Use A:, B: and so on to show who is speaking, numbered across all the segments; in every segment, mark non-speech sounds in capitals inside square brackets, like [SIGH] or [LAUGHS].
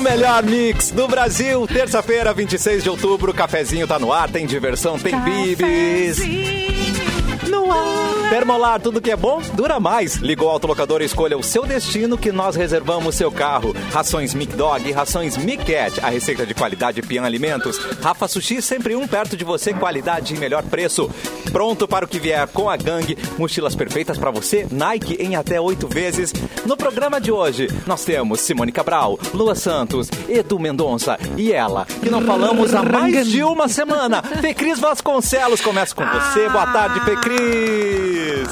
A: melhor mix do Brasil. Terça-feira, 26 de outubro, o cafezinho tá no ar, tem diversão, tem bibis. No ar. Termolar, tudo que é bom dura mais. Ligou o autolocador e escolha o seu destino que nós reservamos seu carro. Rações Mic Dog, rações Mic Cat, a receita de qualidade Pian Alimentos. Rafa Sushi, sempre um perto de você, qualidade e melhor preço. Pronto para o que vier com a gangue. Mochilas perfeitas para você, Nike em até oito vezes. No programa de hoje, nós temos Simone Cabral, Lua Santos, Edu Mendonça e ela, que não falamos há mais de uma semana. Fê Cris Vasconcelos, começa com você. Boa tarde, Fê Cris.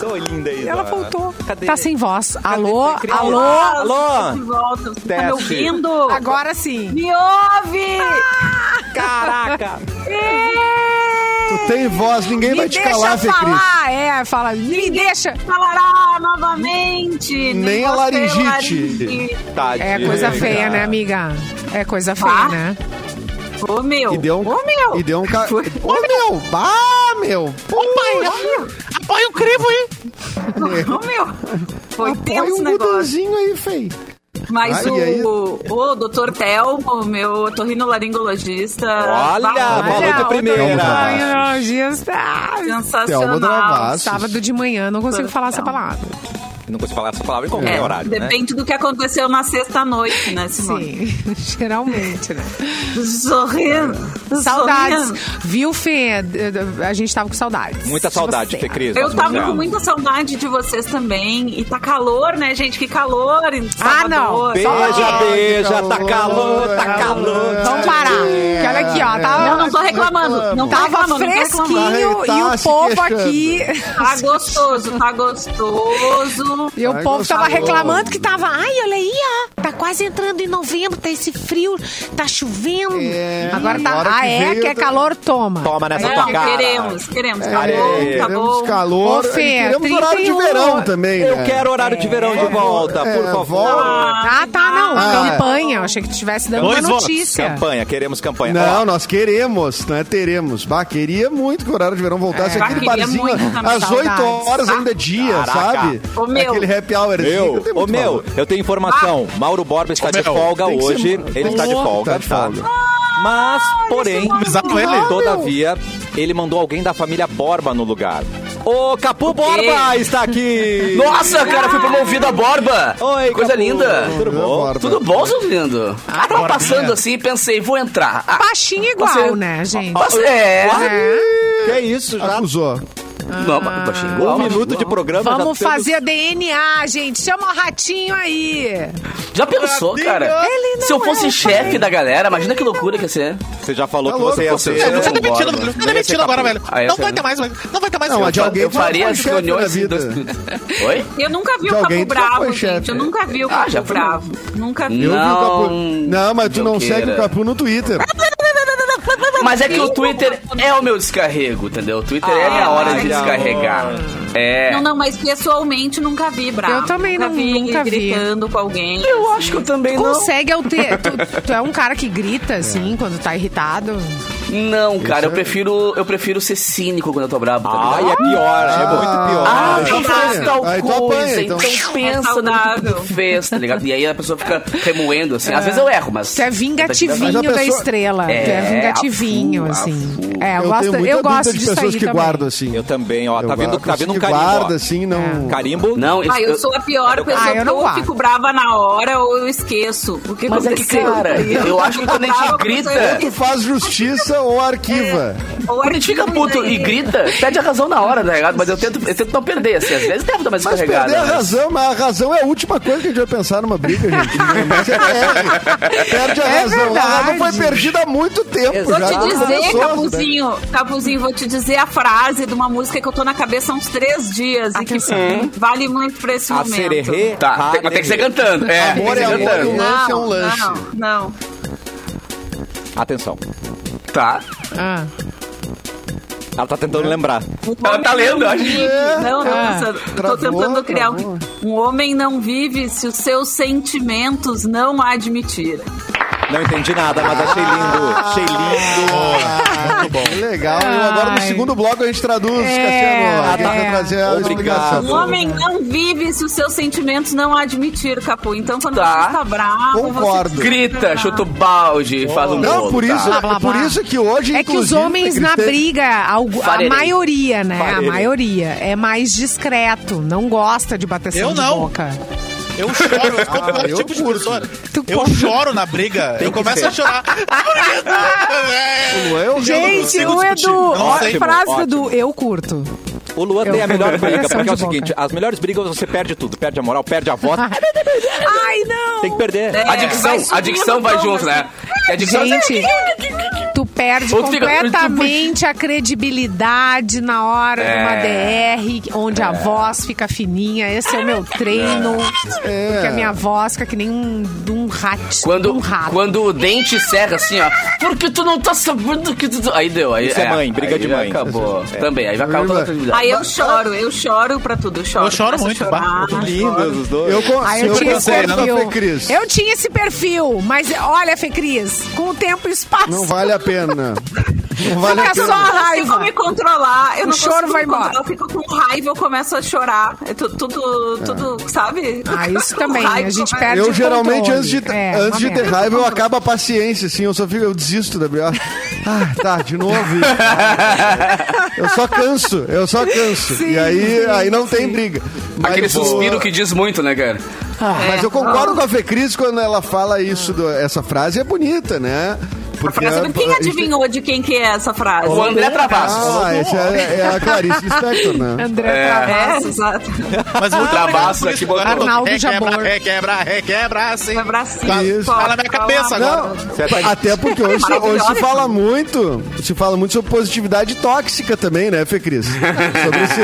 A: Oi, linda aí.
B: Ah. Ela voltou.
A: Cadê?
B: Tá sem voz. Alô,
A: Fê Cris?
B: alô.
A: Alô?
C: De volta, você tá me
A: Teste.
C: ouvindo?
B: Agora Ah! sim.
C: Me ouve!
A: Caraca.
C: Sim!
D: Tu tem voz, ninguém vai
B: Me
D: te
B: deixa
D: calar, Fê Cris.
B: falar. É, fala. Me deixa.
C: Falará novamente!
D: Nem a
C: você,
D: laringite.
C: laringite.
A: Tadinha,
B: É coisa
A: cara.
B: feia, né, amiga? É coisa feia,
C: Ah.
B: né?
C: Ô meu!
D: E deu um.
C: Ô meu!
D: E deu um ca... [LAUGHS]
C: Foi-
D: Ô, meu! Ah, meu! Pô,
E: Apoia o crivo, hein?
C: Ô meu!
D: um
C: Foi
D: Põe
C: tenso o
D: um
C: negócio.
D: botãozinho aí, feio.
C: Mas
D: Ah, e aí?
C: o, o doutor Telmo, meu torrinolaringologista.
A: Olha,
C: bah,
A: falou
B: Olha,
A: com a primeira.
B: outra neurologista.
D: Thelma
C: Sensacional.
D: Travassos.
B: tá? Sábado de manhã, não consigo falar essa palavra.
A: Não consigo falar essa palavra em qualquer
C: É,
A: horário, né?
C: depende do que aconteceu na sexta-noite, né, Simone?
B: Sim, [LAUGHS] geralmente, né?
C: Sorrindo.
B: Saudades.
C: sorrindo.
B: Viu, Fê? A gente tava com saudades.
A: Muita
B: De
A: saudade,
B: você.
A: Fê Cris.
C: Eu tava
A: Vasconcelos.
C: com muita saudade de vocês também. E tá calor, né, gente? Que calor em
B: Ah,
C: Salvador.
B: não.
A: Beija,
D: Ai,
A: beija, tá
D: calor,
A: calor, tá
D: calor.
A: calor.
B: Vamos parar. Que olha aqui, ó. Tava,
C: Não, não tô reclamando. Não tô
B: tava
C: reclamando, não tô reclamando.
B: fresquinho
D: Tá
B: e o
D: se
B: povo
D: queixando.
B: aqui.
C: Tá gostoso, tá gostoso.
B: E o
D: Ai,
B: povo tava
D: gostoso.
B: reclamando que tava. Ai, olha aí,
F: Tá quase entrando em novembro, tá esse frio, tá chovendo.
D: É,
B: Agora tá.
D: agora
B: ah, é?
D: veio,
B: Quer
D: tá-
B: calor? Toma.
A: Toma nessa
C: Não,
A: tua cara.
C: É, queremos, queremos. Tá
A: É,
C: bom, tá
D: Queremos
C: bom.
D: calor.
B: Ô, Fê,
D: e queremos
B: 31
D: horário de verão também,
A: Eu
D: né?
A: quero horário de verão de volta,
D: É,
A: por favor.
D: volta.
B: Ah, tá, não.
D: Ah.
B: Campanha. Eu achei que tu estivesse dando
E: Dois
B: É uma
E: votos.
B: notícia.
A: Campanha, queremos campanha.
D: Não,
A: Ó,
D: nós queremos, não é teremos. Bah, queria muito que o horário de verão voltasse.
B: É.
D: aquele
C: Bah, queria
D: barzinho
C: muito também.
D: às 8
B: Saudades.
D: horas ainda é dia,
A: Caraca.
D: sabe?
C: Ô, meu.
D: Aquele happy hourzinho.
A: Meu,
D: tem
A: ô
D: muito
A: meu,
D: valor.
A: eu tenho informação. Mauro Borba está de
E: meu,
A: folga
D: tem que ser-
A: hoje.
D: tem
A: Ele
D: que
A: está de
D: ser-
A: folga,
D: tá de
A: tá?
D: folga. né?
A: Mas, porém,
E: Avisaram ele?
A: todavia, ele mandou alguém da família Borba no lugar. O Capu Borba está aqui!
G: [LAUGHS] Nossa, cara, fui promovido a Borba.
A: Oi,
G: Coisa
A: Capu.
G: linda.
A: Tudo bom?
D: Borba.
G: Tudo bom, seu lindo? Ah, tava passando assim e pensei, vou entrar. Ah,
B: Baixinho igual,
G: Você-
B: né, gente?
G: mas é.
B: É.
A: Que isso, já?
D: Acusou.
G: Não, mas baixinho igual.
A: Um minuto de programa. já
B: Vamos
A: temos-
B: fazer DNA, gente. Chama o ratinho aí.
G: Já pensou, cara?
B: Ele não
G: Se eu fosse
B: é,
G: chefe da galera, imagina que loucura que ia ser. é um
A: Você já falou
D: Tá
A: que você ia
D: louco,
A: ser.
D: você-
E: Eu tô
G: Não,
E: demitindo,
G: bora.
E: eu tô demitido agora, velho.
G: Ah,
E: Não
G: essa
E: vai
G: não.
E: ter mais, velho. Não vai ter mais.
D: Não,
E: velho.
D: de alguém
G: eu
D: que já
G: faria
D: foi um
G: as
D: chefe na
G: reuniões em
D: vida.
G: dois... Oi?
C: Eu nunca vi
D: De
C: o Capo
D: alguém que já
C: Bravo,
D: foi
C: gente.
D: chefe.
C: Eu nunca vi o
G: Ah,
C: Capo
G: já foi.
C: Bravo. Nunca vi.
D: Eu vi o Capu.
G: Não,
D: Não, mas tu não
G: Junqueira.
D: segue o Capu no Twitter.
G: Mas é que o Twitter é o meu descarrego, entendeu? O Twitter é a minha
C: Ah,
G: hora
A: olha.
G: de descarregar. É.
C: Não, não, mas pessoalmente nunca vi Bravo.
B: Eu também
C: nunca
B: não-
C: vi
B: nunca vi.
C: gritando com alguém. É
G: Eu acho que eu também não.
B: Consegue alter... tu, tu é um cara que grita, assim, quando tá irritado?
G: Não, cara, eu
D: é-
G: prefiro, eu prefiro ser cínico quando eu tô brabo, tá ligado?
A: Ai, é pior, é muito pior.
G: Ah,
D: Ah,
G: tu
D: então
G: fez
D: apanha.
G: tal
D: Ah, então
G: coisa,
D: apanha,
G: então,
D: então.
C: É
G: pensa no que
C: saudável.
G: tu fez, tá ligado? E aí a pessoa fica remoendo, assim. Às vezes eu erro, mas...
B: Tu é vingativinho
D: Mas a
B: da
D: pessoa-
B: estrela. tu é
G: É,
B: vingativinho,
G: a fu-
B: assim.
G: a fu-
B: É, eu,
D: Eu,
B: gosto,
D: tenho muita
B: eu gosto
D: dúvida de
B: disso
D: pessoas
B: aí
D: que
B: também.
D: guardam assim.
A: Eu também, ó.
D: Eu
A: tá vindo,
D: guardo,
A: tá vindo um
D: que
A: carimbo.
D: Guarda
A: ó.
D: assim, não.
B: É.
A: Carimbo.
G: Não, isso,
C: Ah, eu sou a pior pessoa,
B: Ah, eu
C: porque
B: não
C: eu,
B: guardo.
C: fico brava na hora ou eu esqueço. O que
G: Mas é que,
C: aconteceu?
G: cara, eu acho que quando a gente
C: Brava,
G: grita...
D: Tu faz justiça ou arquiva.
C: Ou
G: Quando a gente fica
C: atira
G: puto
C: aí.
G: e grita, perde a razão na hora, tá ligado? Mas eu tento, eu tento não perder, assim. Às vezes deve dar uma
D: Mas perder a
G: descarregada. né?
D: razão, mas a razão é a última coisa que a gente vai pensar numa briga, gente. Mas é, é, perde a
B: É
D: razão. A razão foi
B: verdade.
D: perdida há muito tempo.
C: Vou
D: já tá
C: te
D: quando
C: dizer,
D: começou,
C: Capuzinho, Capuzinho, vou te dizer a frase de uma música que eu tô na cabeça há uns três dias e que vale muito pra esse
A: A
C: momento.
A: sererê.
G: Tá, tem- mas tem que ser cantando. É, tem
D: né? Amor
G: que
D: é
G: ser
D: amor,
G: cantando.
D: um lance é um lance.
C: Não, não.
A: Atenção.
G: Tá.
B: Ah.
A: Ela tá tentando lembrar.
C: Um
G: Ela tá lendo, eu acho.
C: Não, não,
B: Ah,
C: Sandra.
D: É. travou,
C: tô tentando criar
D: travou.
C: um. Um homem não vive se os seus sentimentos não admitirem.
A: Não entendi nada, mas achei lindo. Achei lindo.
D: Ah, que legal. E agora
B: Ai.
D: no segundo bloco a gente traduz,
B: É,
D: Cassiano. A gente
B: é.
D: vai trazer a
A: Obrigado.
D: explicação.
C: O Um homem não vive se os seus sentimentos não admitir, Capu. Então, quando
G: Tá.
C: você está bravo,
D: Concordo.
C: você...
G: Grita, chuta o balde, faz um
D: Não,
G: bolo,
D: por isso,
G: tá?
B: blá,
D: por
B: blá.
D: isso que hoje,
B: É que os
D: inclusive,
B: homens na
D: Cristê-
B: briga, algu- a
G: Farerei.
B: maioria, né?
A: Farerei.
B: A maioria é mais discreto, não gosta de bater
E: Eu
B: de
E: não.
B: boca.
E: Eu choro, eu fico com
D: Ah, eu
E: outro tipo de
D: curto.
E: pessoa.
B: Tu
E: Eu
B: curte.
E: choro na briga, eu
A: que
E: começo
A: ser.
E: a chorar.
D: Eu, eu,
B: Gente,
E: consigo
B: o
E: discutir.
B: Edu,
E: Não
B: ó,
E: sei,
B: frase
A: ótimo.
B: do Edu, eu curto.
A: O Luan
B: Eu-
A: tem a melhor briga,
B: Coração
A: porque é o
B: de boca.
A: seguinte: as melhores brigas você perde tudo. Perde a moral, perde a voz.
B: Ai, não!
A: Tem que perder.
G: A
C: É,
G: dicção,
C: vai
G: a
C: subindo,
G: dicção vai
C: então,
G: junto,
C: vai
G: né?
D: assim.
G: Que a dicção
B: Gente, tu perde
G: Ou tu fica-
B: completamente a credibilidade na hora
G: É.
B: de uma DR, onde a voz fica fininha. Esse é o meu treino. Porque
D: É.
B: a minha voz fica que nem um, um rato.
G: É. Quando,
B: um rato.
G: quando o dente serra assim, ó. Porque tu não tá sabendo que tu. Aí deu. Aí,
A: Isso é mãe, briga
G: aí
A: de
G: já
A: mãe.
G: Acabou.
A: É.
G: Também. Aí vai acabar toda a tranquilidade.
C: Aí eu choro, eu choro pra tudo. Eu choro,
E: Eu choro
C: começo a
E: muito,
C: chorar,
E: bah,
A: Lindas os dois.
D: eu, con-
B: Aí
D: eu
B: eu, tinha esse
D: concordo com a
B: perfil.
D: Fê Cris.
B: Eu tinha esse perfil, mas olha, Fê Cris, com o tempo e espaço.
D: Não vale a pena. Não vale a
B: Olha
D: pena.
B: só a
C: Eu não consigo
B: raiva.
C: me controlar, eu
B: O
C: não
B: choro
C: consigo
B: vai
C: me controlar, Eu
B: embora.
C: fico com raiva, eu começo a chorar. É tu- tudo, tudo, sabe?
B: Ah, isso
C: Com
B: também,
C: raiva, né?
B: a gente
C: começo-
B: perde-
D: Eu
B: de
D: geralmente,
B: controle.
D: antes de,
B: É,
D: antes de
B: uma
D: ter
B: merda.
D: raiva, eu acabo a paciência, assim. Eu só fico, eu desisto da briga. Ah, tá, de novo. isso. Eu só canso, eu só canso.
B: Sim,
D: e aí,
B: sim,
D: aí não tem briga. Mas
G: Aquele
D: eu vou-
G: suspiro que diz muito, né, cara?
D: Mas eu concordo com a Fê Cris quando ela fala isso, do- essa frase é bonita, né?
C: A
B: é
C: frase do- Quem adivinhou de quem que é essa frase?
G: O André Travassos.
D: Ah, essa é, é a Clarice Lispector, né?
B: André tá,
G: É.
C: É,
B: Travassos.
C: exato.
E: Mas muito
G: Travasso
E: obrigado por
G: aqui
E: isso. Agora
B: botou.
E: eu tô-
B: Arnaldo Jabor.
E: Requebra, requebra, requebra, assim.
C: Meu bracinho,
D: Isso.
C: Um pode
E: Tá na minha
C: falar.
E: cabeça
D: Não,
E: agora.
D: até porque hoje, hoje se fala muito, se fala muito sobre positividade tóxica também, né, Fê Cris? Sobre esse,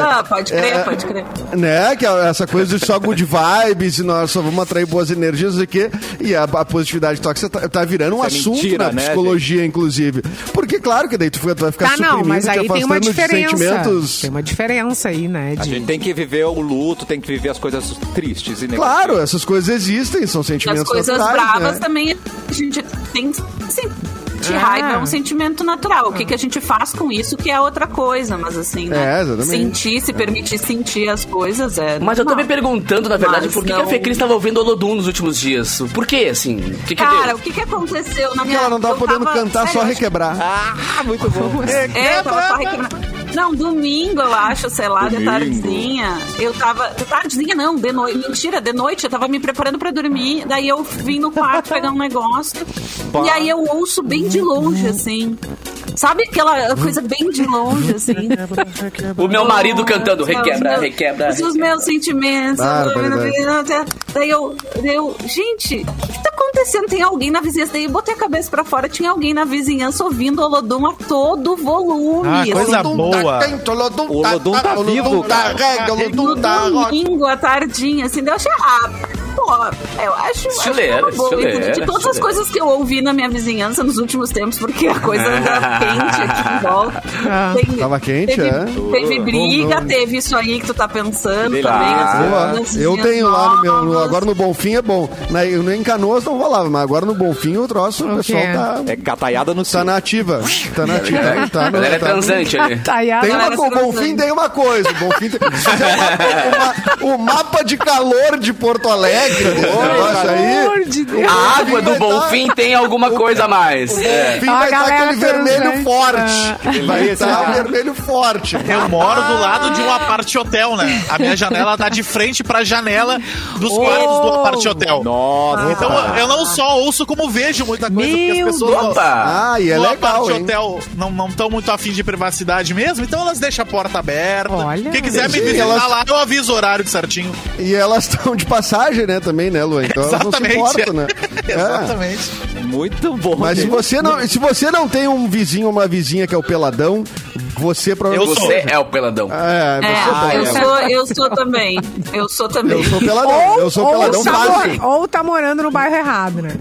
C: Ah, pode crer,
D: é-
C: pode crer.
D: né? Que é essa coisa de só good vibes e nós só vamos atrair boas energias não sei o quê. E a, a positividade tóxica tá, tá virando um
A: Isso é
D: assunto
A: mentira,
D: na
A: né,
D: psicologia, inclusive. Porque, claro que daí tu fica- tu vai ficar
B: Tá, não,
D: suprimindo,
B: mas
D: te
B: aí tem uma
D: afastando de
B: diferença.
D: sentimentos.
B: Tem uma diferença aí, né?
A: A
G: Tá
B: de-
A: gente tem que viver o luto, tem que viver as coisas tristes e negativas.
D: Claro, essas coisas existem, são
C: As
D: sentimentos
C: coisas
D: naturais,
C: bravas
D: né?
C: também a gente tem sim, de
B: Ah.
C: raiva é um sentimento natural. O que, que a gente faz com isso que é outra coisa, mas assim, né?
D: É, exatamente.
C: sentir, se permitir sentir as coisas é.
G: Mas eu tô me
C: normal.
G: perguntando, na verdade,
C: Mas
G: por que, que a
C: não-
G: Fê Cris tava ouvindo Olodum nos últimos dias? Por quê, assim? O que que
C: Cara,
G: deu?
C: o que, que aconteceu na
D: Porque
C: minha
D: ela não tava
C: né? eu
D: podendo
C: tava-
D: cantar, só
C: sério,
D: requebrar.
A: Ah, muito bom. É,
C: É, eu tava só requebrando. Não, domingo, eu acho, sei lá, de
A: Domingo.
C: tardezinha. Eu tava. De tardezinha, não, de noite. Mentira, de noite. Eu tava me preparando pra dormir. Daí eu vim no quarto pegar um negócio. E aí eu ouço bem de longe, assim. Sabe aquela coisa bem de longe, assim?
G: O meu marido cantando,
C: Os meus-
G: requebra,
C: meus-
G: requebra.
C: Os meus sentimentos.
D: Barbaridade.
C: Daí eu, daí eu. Gente, o que tá acontecendo? Tem alguém na vizinhança. Daí eu botei a cabeça pra fora, tinha alguém na vizinhança ouvindo Olodum a todo volume.
E: Ah,
C: assim.
E: coisa boa.
A: O Lodum tá vivo, cara.
C: no domingo à tardinha, assim, daí eu achei, ah, pô, eu acho, acho que é
G: Estileira,
C: uma boa.
G: estileira,
C: de todas as
G: estileira.
C: coisas que eu ouvi na minha vizinhança nos últimos tempos, porque a coisa anda quente aqui em volta. Tem-
D: Ah, Tava quente,
C: teve,
D: é?
C: Teve briga,
D: Bom, bom.
C: teve isso aí que tu tá pensando
A: Beleza.
C: também. essas
D: Ah, Boa.
C: coisas
D: Eu tenho lá no meu. no-
C: novas.
D: agora no Bonfim é bom. Na, eu nem em Canoas não rolava, mas agora no Bonfim o troço, o
B: O quê?
D: pessoal tá,
A: é cataiada no
D: tá
A: céu.
D: na ativa. Tá na ativa. Tá,
G: A
D: no-
G: galera é
D: tá no-
G: transante ali.
B: [LAUGHS] Tá aí a-
D: Tem uma,
C: Galera,
D: o
C: se
D: Bonfim
C: transando.
D: tem uma coisa. O Bonfim tem. Se fizer uma- uma- é o mapa de calor de Porto Alegre, esse negócio
B: amor
D: aí. Ah,
B: de Deus.
G: A água do Bonfim tem alguma coisa a mais. É.
D: Bonfim
B: Ó, a
D: vai estar
B: galera
D: aquele
B: transante.
D: vermelho forte. Vai estar vermelho forte.
E: Eu moro do lado de um aparte hotel, né? A minha janela tá de frente pra janela dos quartos do aparte hotel.
A: Nossa.
E: Então eu não só ouço, como vejo muita coisa, porque
B: Meu
E: as pessoas. não-
G: Opa!
D: Ah, e é
E: no
D: legal,
E: aparte
D: hein?
E: hotel não não estão muito afim de privacidade mesmo, então elas deixam a porta aberta.
B: Olha.
E: Quem quiser me
D: Sim,
E: visitar
D: elas-
E: lá, eu aviso o horário certinho.
D: E elas estão de passagem, né, também, né, Luan? Então elas não se
E: Exatamente.
D: importam,
E: [LAUGHS]
D: né? É.
E: Exatamente.
A: Muito bom.
D: Mas se
A: gente.
D: você, não, se você não tem um vizinho ou uma vizinha que é o peladão, você provavelmente...
E: Eu sou.
G: Você é o peladão.
A: Ah,
D: É,
C: É,
D: você tá,
C: eu,
D: é.
C: sou, eu sou também. Eu sou também.
D: Eu sou peladão. né?
B: Ou,
D: eu sou
B: ou
D: peladão
B: tá mor-
D: fácil.
B: ou tá morando no bairro errado, né?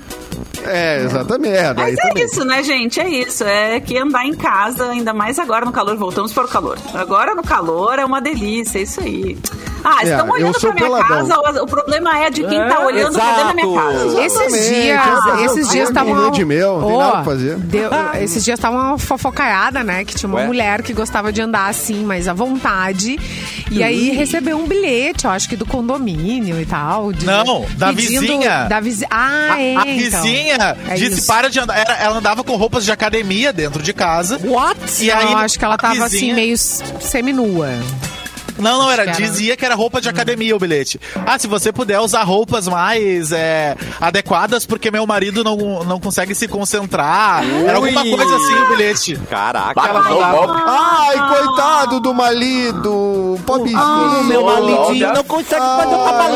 D: É, exatamente. É, daí
C: Mas é
D: também.
C: isso, né, gente? É isso. É que andar em casa, ainda mais agora no calor, voltamos para o calor. Agora no calor é uma delícia, é isso aí. Ah, estão
D: eu
C: olhando
D: sou
C: pra minha
D: peladão.
C: casa, o- o problema é de quem tá olhando pra dentro da minha
A: exato.
C: casa.
B: Esses
D: Exatamente,
B: dias,
D: exato.
B: esses
D: Vai
B: dias
D: dormir
B: estavam.
D: no de mel, não tem nada pra fazer.
B: deu- esses dias tava uma fofocaiada, né? Que tinha uma
A: Ué?
B: mulher que gostava de andar assim, mas à vontade. E
D: Hum.
B: aí recebeu um bilhete, eu acho que do condomínio e tal. de-
E: Não, da vizinha.
B: Da vizinha. Ah, é.
E: a
B: então.
E: vizinha
B: É
E: disse:
B: isso.
E: para de andar. Era- ela andava com roupas de academia dentro de casa.
B: What?
E: E aí,
B: eu acho que ela
E: a
B: tava assim,
E: vizinha-
B: meio s- seminua.
E: Não, não, era,
B: Acho que era.
E: dizia que era roupa
B: Hum.
E: de academia o bilhete. Ah, se você puder usar roupas mais é, adequadas, porque meu marido não, não consegue se concentrar. Era alguma
A: Ui.
E: coisa assim o bilhete.
A: Caraca,
G: Bah,
A: ela
G: não,
A: tá-
G: golpe.
D: Ai, coitado do malido. Pobrezinho.
G: Ah, meu malidinho não
A: consegue
D: Ai,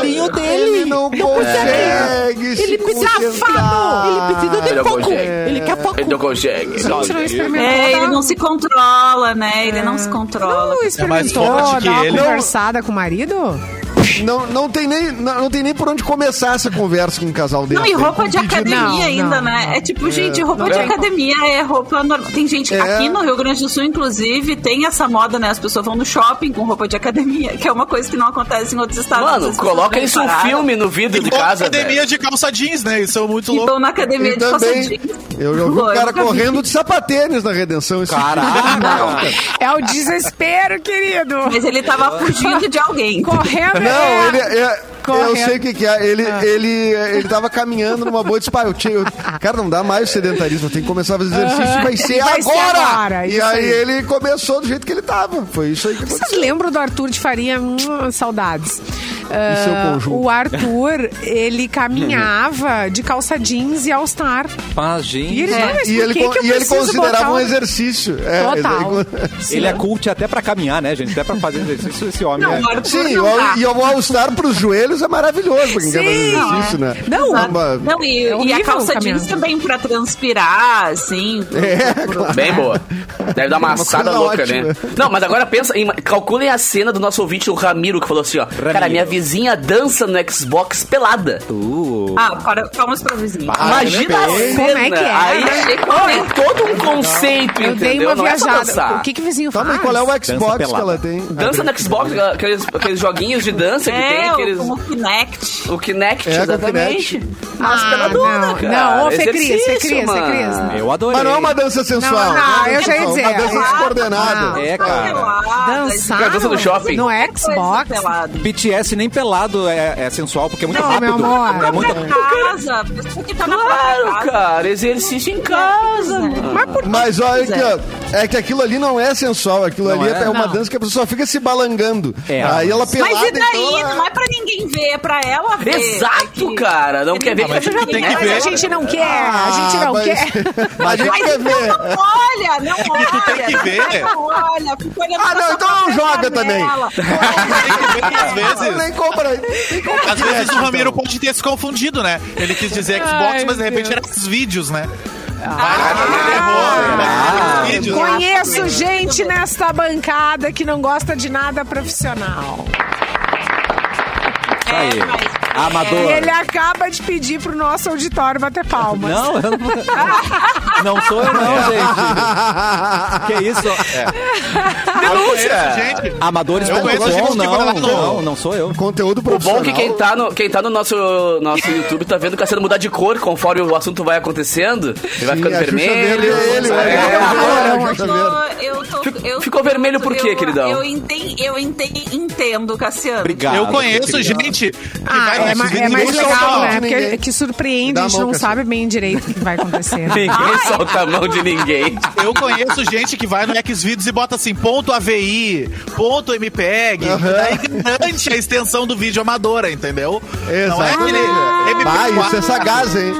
D: Ele não consegue. Ele
A: é
G: Ele pouco. Ele quer pouco. Ele não consegue.
B: Gente, não experimentou.
C: É, ele
B: dar- um-
C: não se controla,
G: É.
C: né? Ele não se
D: É
C: controla.
B: Não experimentou
E: forte que
B: dar uma
E: ele.
B: conversada com o marido?
D: Não, não, tem nem, não, não tem nem por onde começar essa conversa com um casal dele.
C: Não, e roupa de academia
B: Não,
C: ainda,
B: não,
C: né?
B: não.
C: É tipo, gente, roupa
B: não
C: de
B: tem como.
C: academia é roupa normal. Tem gente,
D: É.
C: aqui no Rio Grande do Sul, inclusive, tem essa moda, né? As pessoas vão no shopping com roupa de academia, [LAUGHS] que é uma coisa que não acontece em outros estados. As
G: Mano,
C: pessoas
G: coloca
C: não
G: isso um
C: pararam.
G: filme no vidro de
E: Ou
G: casa,
E: academia
G: velho.
E: de calça jeans, né? Isso é muito
C: E
E: louco.
C: vão na academia
D: E
C: de
D: também,
C: calça jeans.
D: eu já vi
C: Pô,
D: um cara
C: nunca vi.
D: correndo de sapatênis na Redenção. Esse
A: Caraca.
B: É o desespero, querido.
C: Mas ele tava fugindo de alguém.
B: Correndo.
D: Não,
B: é- Ah.
D: ele é. Eu
B: Correto.
D: sei o que, que é. Ele, ele, ele tava caminhando numa boa e disse: "Pá, eu tinha- eu- Cara, não dá mais o sedentarismo, tem que começar a fazer exercício e vai ser
B: Ah. Vai ser
D: agora!
B: agora,
D: e
B: isso
D: aí,
B: aí.
D: ele começou do jeito que ele tava. Foi isso aí que
B: Vocês
D: aconteceu.
B: lembram do Arthur de Faria? Hum, saudades.
D: seu
B: Ah,
D: conjunto.
B: o Arthur, ele caminhava de calça jeans e all-star.
A: Mas,
B: E ele,
G: É.
A: gente,
B: não, mas
D: E
B: por
D: ele,
B: que
D: con-
B: que eu
D: e ele
B: preciso
D: considerava
B: botar
D: um
B: um-
D: exercício. É,
B: Total.
D: ele-
A: ele é cult até pra caminhar, né, gente? Até pra fazer exercício, esse homem.
C: Não,
A: é.
C: agora
D: Sim,
C: não
D: o-
C: dá.
D: e o All-Star pros joelhos é maravilhoso pra quem quer fazer
B: Sim.
D: exercício, né?
B: Não,
D: É uma-
C: Não, e,
B: É
C: e a
B: horrível
C: calça
B: caminhar.
C: jeans também pra transpirar, assim. pro-
D: É, [LAUGHS]
C: pro-
G: Bem boa. Deve dar uma,
D: Uma
G: assada
D: coisa
G: louca,
D: ótima.
G: né? Não, mas agora pensa, em- calculem a cena do nosso ouvinte, o Ramiro, que falou assim, ó. Cara, minha vizinha dança no Xbox pelada.
C: Ah, para, palmas pra
D: Ah,
C: vizinha.
G: Imagina a
D: bem.
G: cena.
B: Como é que é?
G: Aí
C: Achei que
G: ó, é todo um conceito,
B: Eu dei
G: entendeu?
B: uma
G: Não é só
B: viajada.
G: dançar.
B: o que, que o vizinho
D: Tá,
B: faz?
D: mas qual é o Xbox que
A: pelada.
D: ela tem?
G: Dança no Xbox, aqueles, aqueles joguinhos de dança que tem,
C: É,
G: aqueles...
C: o, o Kinect.
G: O Kinect,
D: É, com o
G: exatamente. Mas
B: Ah,
G: peladona,
B: não,
G: cara.
B: não, ô, é Fê Cris, Fê
G: Exercício,
B: Cris, Fê
G: mano.
B: Cris.
A: Eu adorei.
D: Mas não é uma dança sensual.
B: Não, não,
D: é uma
B: eu
D: dança
B: já ia
D: sensual,
B: dizer,
D: Uma dança
B: é.
D: descoordenada.
C: Ah,
A: É, cara.
C: Pelada,
B: Dançar
G: Dança no shopping.
B: no
C: qualquer coisa
B: Xbox?
C: pelada.
A: BTS nem pelado é, é sensual, porque é muito
B: Não,
A: rápido.
B: meu amor.
A: É muito...
C: casa. Pessoa que tá É, na própria
G: Claro,
C: casa.
G: cara. Exercício em casa, mano.
B: Mas por
D: Mas olha aqui, ó, é que aquilo ali não é sensual, aquilo ali
A: é.
D: é, uma
B: Não.
D: dança que a pessoa só fica se balangando.
A: É.
D: Aí ela pelada,
C: Mas e
D: então
C: daí?
D: ela-
C: Não é pra ninguém ver, é pra ela ver. É
G: Exato,
C: que-
G: cara. Não quer ver,
E: mas
G: fica
E: tem que
G: jogando.
B: mas
E: ver.
B: a gente não quer, a gente não
D: Ah, mas-
B: quer.
D: [LAUGHS] Mas a gente
C: Mas
D: quer
C: então
D: ver.
C: não olha, não olha.
E: tu [LAUGHS] tem que
C: não
E: ver.
C: Olha, fica olhando
D: Ah,
C: pra
D: não,
C: sua
D: então não
C: própria
D: joga também.
C: janela.
E: [LAUGHS] Tem que ver que às
D: Eu
E: vezes.
D: nem compra. nem compra
E: Às vezes
D: direto,
E: o Ramiro
D: então.
E: pode ter se confundido, né? Ele quis dizer Xbox,
B: Ai,
E: mas de repente
B: Deus.
E: era os vídeos, né? Ah, ele errou. mas era os vídeos.
B: Conheço gente nesta bancada que não gosta de nada profissional.
A: Isso aí.
C: É, mas-
A: Amador.
B: Ele é acaba de pedir pro nosso auditório bater palmas.
A: Não, [LAUGHS] eu não... não sou eu não, gente. Que isso?
E: Conheço
G: Denúncia!
E: gente.
A: Amadores
E: Eu conheço gente
A: Amadores.com,
E: que
A: não,
E: mora lá no-
A: não, não sou eu.
D: Conteúdo
G: O bom
D: profissional.
G: é que quem tá, no, quem tá no nosso, nosso YouTube tá vendo que tá sendo mudar de cor conforme o assunto vai acontecendo. Ele vai
D: Sim,
G: ficando
D: a Xuxa
G: vermelho.
D: verde é ele,
G: É,
D: vai
G: é,
D: ficar
G: agora-
D: vermelho.
C: Eu
D: Tá
C: tô- eu tô-
G: Fico-
C: eu-
G: ficou vermelho por quê,
C: eu-
G: queridão?
C: Eu entendo, eu entendo, entendo Cassiano.
A: Obrigado.
E: Eu conheço gente que
B: Ah,
E: vai
B: é, ma-
E: nesses
B: é
E: vídeos
B: mais
E: e
D: ninguém
B: legal,
D: solta a
B: né?
D: mão de
B: Porque
D: ninguém.
B: que surpreende, a
D: Dá assim. a
B: gente
D: mão,
B: não
D: Cassiano.
B: sabe bem direito o que vai acontecer. né?
G: Ninguém solta a mão de ninguém.
E: Eu conheço gente que vai no Xvideos e bota assim, ponto AVI, ponto MPEG, daí garante a extensão do vídeo amadora, entendeu? Não é
D: Exato.
E: aquele
D: Bah, isso é
E: MP4.
D: sagaz, hein?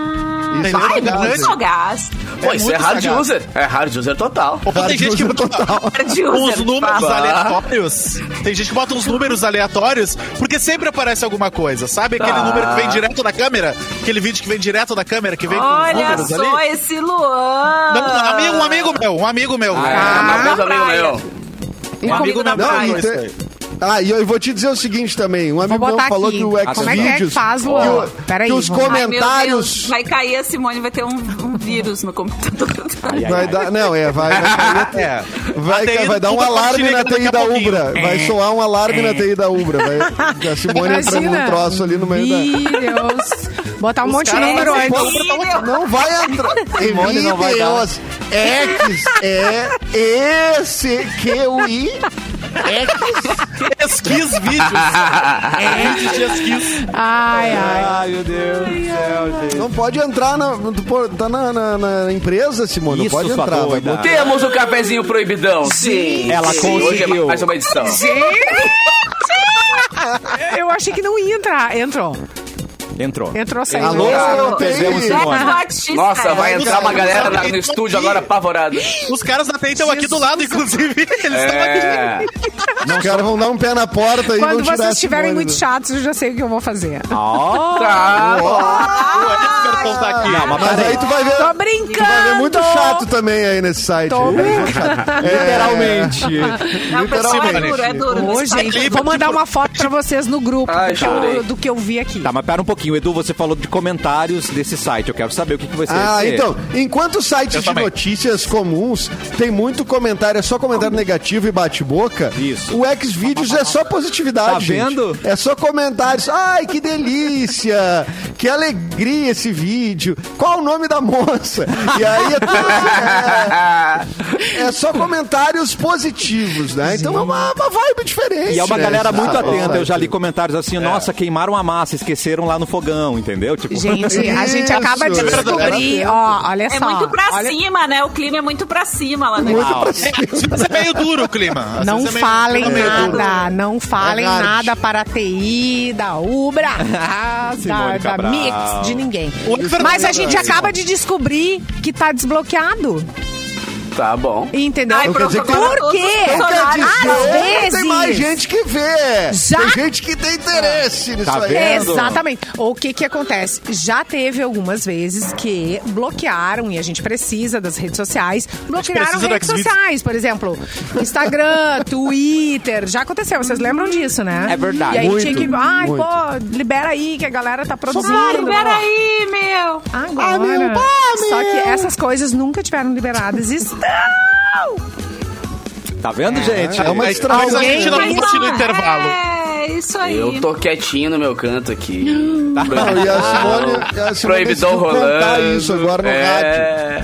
D: Isso
E: Entendeu?
D: é
C: Ai,
E: Obrigado.
C: não
D: sagaz.
C: sou gás.
G: Pô, isso
E: muito
G: é hard
E: sagaz.
G: user. É hard user total.
E: Ou tem gente que bota
C: Perdi o
E: uns
C: zero,
E: números
C: fala.
E: aleatórios. Tem gente que bota uns números aleatórios, porque sempre aparece alguma coisa. Sabe aquele
G: Tá.
E: número que vem direto da câmera? Aquele vídeo que vem direto da câmera, que vem com os
C: Olha
E: números
C: só
E: ali?
C: esse Luan.
E: Não, um amigo, um amigo meu, um amigo meu.
G: É, mas meus amigos,
C: Ah, praia.
G: meu.
C: Um
E: Um amigo
C: amigo
E: meu
C: na
D: Não,
E: faz
C: praia.
D: não
E: isso
D: tem-
E: aí.
D: Ah, e eu vou te dizer o seguinte também. Um
B: Vou
D: amigo meu
B: botar
D: falou
B: aqui.
D: que o Xvideos...
B: Como é que é que faz, Luan?
D: que o-
B: Peraí.
D: que os
B: vamos lá.
D: comen-
C: Ai, meu
D: Comentários.
C: Deus, vai cair a Simone, vai ter um, um vírus no
E: [LAUGHS]
C: computador.
D: Vai dar, não, é, vai, vai,
E: É.
D: vai,
E: A TI
D: vai, vai dar
E: tudo
D: um
E: tá
D: alarme na
E: chegando daqui
D: TI
E: a
D: da
E: pouquinho.
D: Ubra. Vai soar um alarme na TI da Ubra. Vai, a Simone entra num troço ali no meio da.
B: Meu Deus. Botar um monte de
E: caras
B: número
E: vão-
B: antes.
D: assim, Não vai entrar.
A: Simone não vai dar.
D: Evideos. X, é E, E, C, Q, U, I.
E: Esquis vídeos. Esquis.
B: Ai, ai.
A: Ai, meu Deus do céu, gente.
D: Não pode entrar na. tu pô- Tá na, na- na empresa, Simone.
A: Isso,
D: não pode
A: sua
D: entrar. tá Vai
A: doida.
D: botar-
G: Temos o cafezinho proibidão. Sim.
A: Ela
G: sim. Hoje é
A: conseguiu.
G: mais uma edição.
B: Gente! Eu achei que não ia entrar. Entrou.
A: Entrou.
B: Entrou sem.
D: Alô?
B: Entrou.
A: Perdemos
D: Ei.
A: Simone.
C: Batista,
G: Nossa, vai entrar uma galera na- no
E: Isso
G: estúdio
E: aqui.
G: agora apavorada.
E: Os caras da TI estão aqui do lado, inclusive. Eles estão aqui.
G: É.
D: Os caras vão dar um pé na porta e vão
B: Quando
D: tirar a
B: vocês estiverem
D: Simone
B: muito
D: do-
B: chatos, eu já sei o que eu vou fazer.
G: Tá.
E: O Everton tá aqui.
A: Não, mas
D: Mas
A: peraí.
D: aí tu vai ver.
B: Tô
D: Tu vai ver
B: brincando!
D: muito chato também aí nesse site.
B: Tô
D: Vai ver
B: brincando.
D: chato. É,
A: Literalmente.
C: Não, pessoal, é duro, é duro.
B: Ô,
C: Nesse
B: gente,
E: Clipe,
B: vou mandar uma foto pra vocês no grupo
G: Ai,
B: do, que eu,
G: chorei.
B: do que eu vi aqui.
A: Tá, mas pera um pouquinho. Edu, você falou de comentários desse site. Eu quero saber o que, que você...
D: Ah, então, enquanto os sites
E: Eu
D: de
E: também.
D: notícias comuns tem muito comentário, é só comentário negativo e bate-boca,
A: Isso.
D: o Xvideos é só positividade.
A: Tá vendo?
D: gente. É só comentários. Ai, que delícia! que alegria esse vídeo! Qual o nome da moça? E aí é tudo assim, é, é só comentários positivos, né? Então é uma, uma vibe diferente.
A: E é uma
D: né?
A: galera muito
D: Ah,
A: atenta. Eu já li
D: exato. É.
A: comentários assim, nossa, queimaram a massa, esqueceram lá no fogão, entendeu? Tipo,
B: Gente, a gente
D: Isso,
B: acaba de
D: é verdade.
B: descobrir, ó, olha só.
C: É muito pra
B: olha-
C: cima, né? O clima é muito pra cima lá no
D: Muito pra
E: É, às vezes é meio duro o clima. Às
B: Não
E: vezes é meio-
B: falem
E: é meio duro.
B: nada, não falem
D: É hard.
B: nada para a TI, da
D: [LAUGHS]
B: Ubra,
A: Simone
B: da, da
A: Cabral.
B: Mix, de ninguém.
E: O Everton-
B: Mas a gente acaba de descobrir que tá desbloqueado.
G: Tá bom.
B: Entendeu?
C: Ai,
D: quer dizer que-
B: Por quê?
D: Então quer dizer,
B: Às
D: tem mais
B: vezes.
D: gente que vê.
B: Já-
D: Tem gente que tem interesse nisso
A: Tá
D: aí.
A: vendo?
B: Exatamente. O que que acontece? Já teve algumas vezes que bloquearam, e a gente precisa das redes sociais, bloquearam
E: precisa do
B: redes
E: Xvideos.
B: sociais, por exemplo, Instagram, Twitter, já aconteceu, vocês lembram disso, né?
A: É verdade.
B: E aí
D: Muito,
B: tinha que, ai,
D: muito.
B: pô, libera aí que a galera tá produzindo.
C: Ah, libera aí, meu!
B: Agora.
D: meu, ah, meu.
B: Só que essas coisas nunca tiveram liberadas. Estão!
A: [LAUGHS] tá vendo, gente?
D: É uma distração.
E: Mas a gente não
C: Mas,
E: curte no
C: ó,
E: intervalo.
C: É, isso aí.
G: Eu tô quietinho no meu canto aqui.
D: Tá. Não, e a Simone, a Simone
G: [LAUGHS] Proibidão
D: decidiu contar
G: rolando.
D: isso agora no rádio.
G: É.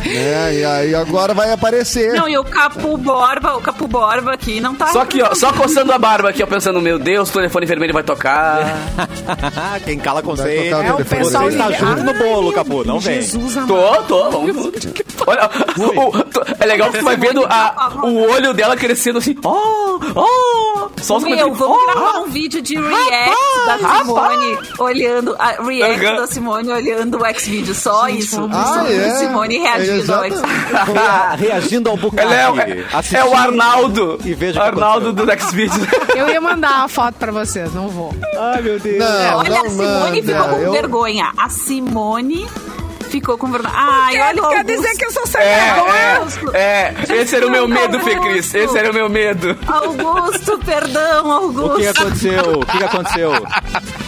D: É, e aí agora vai aparecer.
C: Não, e o Capu Borba, o Capu Borba aqui não tá.
G: Só que, ó, só coçando a barba aqui, ó, pensando, meu Deus, o telefone vermelho
D: [LAUGHS]
G: vai tocar.
A: Quem cala consegue.
D: Vai tocar
B: É, o
D: telefone.
B: pessoal
A: Você está
B: liga-
A: junto no
B: Ai,
A: bolo,
B: meu
A: Capu, não vem.
B: Jesus amado.
G: Tô, tô, vamos
D: [LAUGHS]
G: que vamos. Olha, o- tu- é legal que tu vai vendo a- o olho dela crescendo assim. Oh, oh. Só os
C: Meu,
G: comentários.
C: vamos
G: "Oh,
C: gravar um vídeo de react da Simone olhando. A react
G: Aham.
C: da Simone olhando o X-Video. Só isso.
D: Ah,
C: Só
D: é.
C: Simone reagindo ao
D: É,
C: X-Video.
A: Rea- [LAUGHS] reagindo ao Bucari.
G: Ela é, é, é o Arnaldo.
A: E veja o que
G: Arnaldo do Xvideos.
D: [LAUGHS]
B: Eu ia mandar a foto pra vocês, não vou.
A: Ai, meu Deus.
D: É, Não,
C: Olha, a
D: não
C: Simone
D: manda.
C: ficou com
D: Eu-
C: vergonha. A Simone ficou com vergonha. Ai,
B: Quer,
C: olha o
B: quer
C: Augusto.
B: dizer que eu sou sem
G: É,
B: vergonha?
G: é, é. Esse era o meu medo, Fê Cris. Esse era o meu medo.
C: Augusto, perdão,
A: O
C: Augusto.
A: que aconteceu? O que
D: [LAUGHS]
A: aconteceu?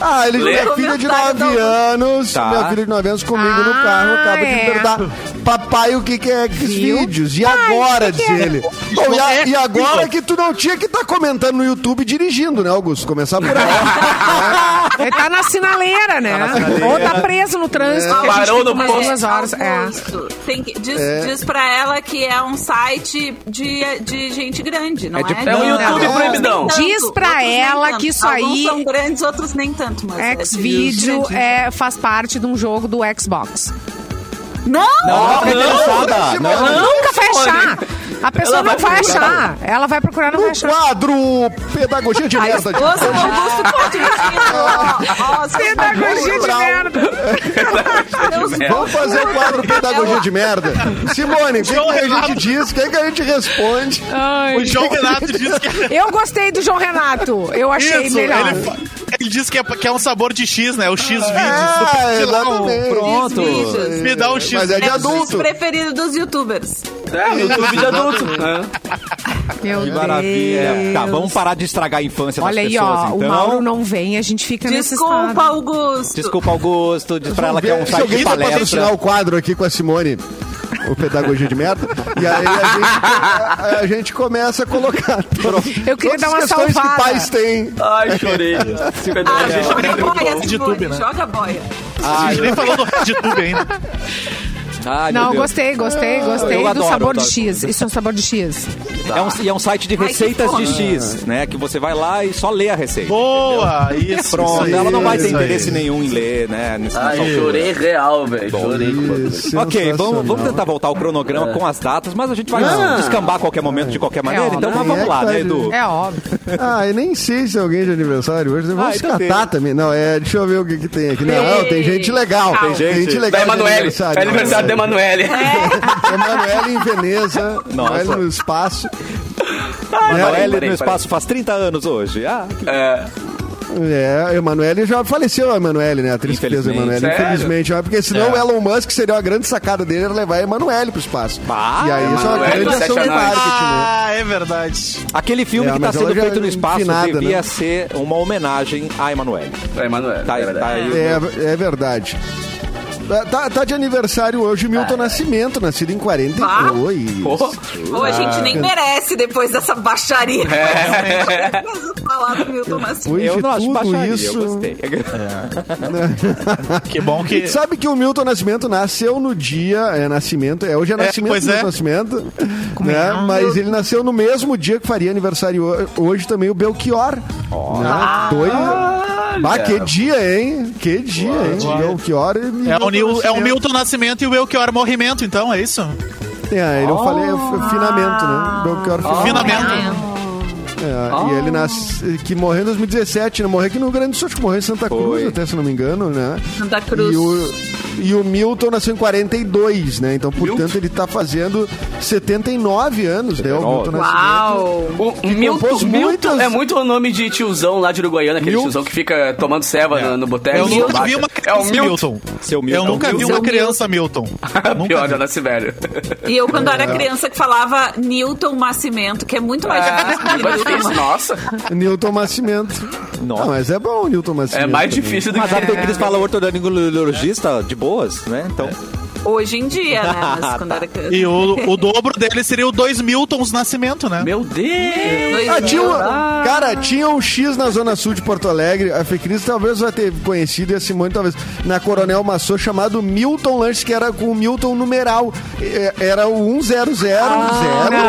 D: Ah, ele
G: Lê.
D: minha filha de
C: Comentário
D: 9
C: da-
D: anos.
A: Tá.
D: Minha filha de 9 anos comigo no
B: Ah,
D: carro. Acaba de me
B: é.
D: perguntar. Papai, o que, que é esses
B: Viu?
D: vídeos? E agora,
C: é?
D: diz ele. Bom, e, a- e agora que tu não tinha que estar comentando no YouTube dirigindo, né, Augusto? Começar por aí.
C: [LAUGHS]
B: Ele tá na sinaleira, né? Ou tá preso no trânsito. que a gente
G: Parou
B: fica
G: no
B: umas
G: posto.
B: duas horas. É.
C: Augusto, tem que- diz, diz pra ela que é um site de, de gente grande, não é?
A: de-
C: de-
A: é um
C: não,
G: YouTube
C: não.
G: proibidão.
C: Outros nem
B: Diz
C: tanto,
B: pra
C: outros nem
B: ela
C: tanto.
B: que isso aí-
C: Alguns são grandes, outros nem tanto. Mas é de gente
B: X-Video
C: grande.
B: é, faz parte de um jogo do Xbox.
C: Não!
A: Não, não,
D: não, não.
B: Nunca vai achar. A pessoa
G: Ela
B: não
G: vai
B: vai
G: procurar.
B: achar. Ela vai procurar, não vai achar.
D: Quadro Pedagogia de
C: A
D: Merda. de-
C: esposa do Augusto Coutinho.
B: Pedagogia de Tá
D: Brau.
B: merda.
D: Vamos fazer o quadro Pedagogia de Merda. Simone, o que, que
E: João
D: a gente
E: Renato.
D: diz? O que, que a gente responde?
E: O João Renato disse que é
B: Eu gostei do João Renato. Eu achei
E: isso.
B: melhor.
E: Ele, fa- Ele diz que é, que é um sabor de X, né? O X vídeos.
D: É, exatamente.
G: Pronto.
C: Vídeos.
E: Me dá um X.
D: Mas é de
C: É o
D: adulto.
C: preferido dos youtubers.
G: É, no YouTube de adulto. né?
B: Meu
A: Que maravilha.
B: Deus.
A: Tá, vamos parar de estragar a infância
B: Olha
A: das
B: aí,
A: pessoas,
B: ó.
A: então.
B: O Mauro não vem, a gente fica nesse
C: Desculpa,
B: estado.
C: Augusto.
A: Desculpa, Augusto. Diz pra ela que é um
D: Se
A: site
D: alguém tá
A: de
D: vai patrocinar
A: palestra.
D: o quadro aqui com a Simone, o Pedagogia de Merda, e aí a gente, a- a gente começa a colocar.
B: Eu queria
D: todas
B: dar uma
D: as questões
B: salvada.
D: que pais têm.
G: Ai, chorei. Cadê
C: Ah,
G: o Gabriel?
C: joga boia,
E: É, de
C: Simone,
E: YouTube, né?
C: joga boia.
E: A gente nem falou do RedTube ainda.
A: Ai, meu
B: Não,
A: Deus.
B: gostei, gostei,
A: Eu
B: gostei do
A: adoro,
B: sabor de
A: adoro.
B: X. Isso é um sabor de X.
A: É um, e é um site de
C: Ai, que
A: receitas de
C: fome.
A: X, né? Que você vai lá e só lê a receita.
E: Boa! Isso.
A: Pronto,
E: isso aí.
A: ela não vai ter
D: isso aí.
A: interesse nenhum em ler, né? Nesse
G: Ai,
A: nessa altura.
G: chorei né? real, velho. Chorei com o bagulho.
A: Ok, vamos, vamos
D: Sensacional.
A: tentar voltar ao
G: É.
A: cronograma com as datas, mas a gente vai descambar a qualquer momento, de qualquer maneira.
B: ó,
A: então
B: né?
A: mas vamos lá, né, Edu?
B: É óbvio.
D: Ah, eu nem sei se alguém de aniversário hoje. né? Vamos
A: Ah,
D: se
A: então
D: catar
A: tem.
D: também. Não, é, deixa eu ver o que, que tem aqui. Não,
C: Tem.
D: não, tem gente legal.
C: Tem
A: gente.
G: Da
D: legal. de
G: Emanuele. É aniversário da Emanuele.
D: Emanuele em Veneza.
A: Nossa.
D: Emanuele no espaço.
A: Manoel é,
G: Peraí,
A: no
G: peraí,
A: espaço faz 30 anos hoje. Ah, que
G: É,
D: É, a Emanuele já faleceu, a Emanuele, né? A atriz que fez a
A: Infelizmente. É.
D: Emanuele.
G: Sério?
D: Infelizmente, ó, porque senão o Elon Musk seria uma grande sacada dele era levar a Emanuele pro espaço.
A: Bah,
D: e aí isso é uma
G: Emanuele,
D: grande ação de
G: sacanagem.
D: marketing, né?
E: Ah, é verdade.
A: Aquele filme
D: É,
A: que
D: mas
A: está sendo
D: ela já
A: feito no espaço
D: empinada,
A: devia
D: né?
A: ser uma homenagem a Emanuele.
G: da Emanuele.
A: Tá,
G: é
A: aí, tá
G: verdade.
A: aí.
D: É, é verdade. Tá- Tá, tá de aniversário hoje o
A: Ah, é.
D: Milton Nascimento, nascido em 42.
G: Pô,
C: Ou a
E: Ah.
C: gente nem merece depois dessa baixaria.
E: É.
C: Mas falar do Milton Nascimento.
D: Depois
A: Eu
D: de
A: não acho
D: tudo
A: baixaria,
D: isso...
A: eu gostei. [LAUGHS]
E: Que bom que.
D: Sabe que o Milton Nascimento nasceu no dia. É nascimento, é hoje é nascimento
E: pois
D: do
E: é.
D: Milton Nascimento. Né? Mas ele nasceu no mesmo dia que faria aniversário ho- hoje também o Belchior. né? Dois. Ah, que dia, hein? Que dia, hein? Belchior e
E: É
D: Milton
E: o, Nil- é o
D: Nascimento.
E: Milton Nascimento e o Elchior Morrimento, então, é isso?
D: É, ele eu falei é
E: Ah.
D: f- finamento, né? Belchior finamento.
E: Finamento.
D: É, E
C: Ah.
D: ele nasce, que morreu em 2017, né? Morreu aqui no Rio Grande do Sul, acho que morreu em Santa Cruz,
A: Foi.
D: até se não me engano, né?
C: Santa Cruz.
D: E o, e o Milton nasceu em 42, né? Então, portanto, ele tá fazendo 79 anos, né? O Milton Nascimento.
C: Uau!
G: O
D: compôs
G: Milton, Milton
D: muitas-
G: é muito o nome de tiozão lá de Uruguaiana, aquele
D: Mil-
G: tiozão que fica tomando ceva no, no boteco.
E: Eu
G: no
E: nunca
G: bar.
E: vi
G: É
E: uma
G: o
E: criança assim,
G: Milton. é
E: Milton.
A: Seu
E: Eu
A: Milton.
E: nunca vi
A: Milton.
E: uma criança Milton.
G: [LAUGHS] Pior, é já nasce velho.
C: E eu, quando era criança, que falava Newton Nascimento, que é muito mais
E: Ah.
C: difícil que
G: [LAUGHS]
C: né?
G: Mas
C: Milton.
G: difícil, nossa.
D: Newton Nascimento.
A: Nossa.
D: Não, mas é bom o Newton Nascimento. né?
G: É mais
D: também.
G: difícil do que.
A: [LAUGHS] Mas até que eles
E: É.
A: falam ortodoningologista de boas, né? Então,
C: Hoje em dia, né?
E: Ah,
C: Mas
E: tá.
C: quando era criança.
E: E o, o dobro dele seria o dois Miltons Nascimento, né?
G: Meu Deus!
C: Dois
D: Ah, tinha
C: mil.
D: um- cara, tinha um X na Zona Sul de Porto Alegre. A Fecris talvez vai ter conhecido e a Simone talvez. Na Coronel Massô, chamado Milton Lanches, que era com o Milton numeral. É, Era o 10000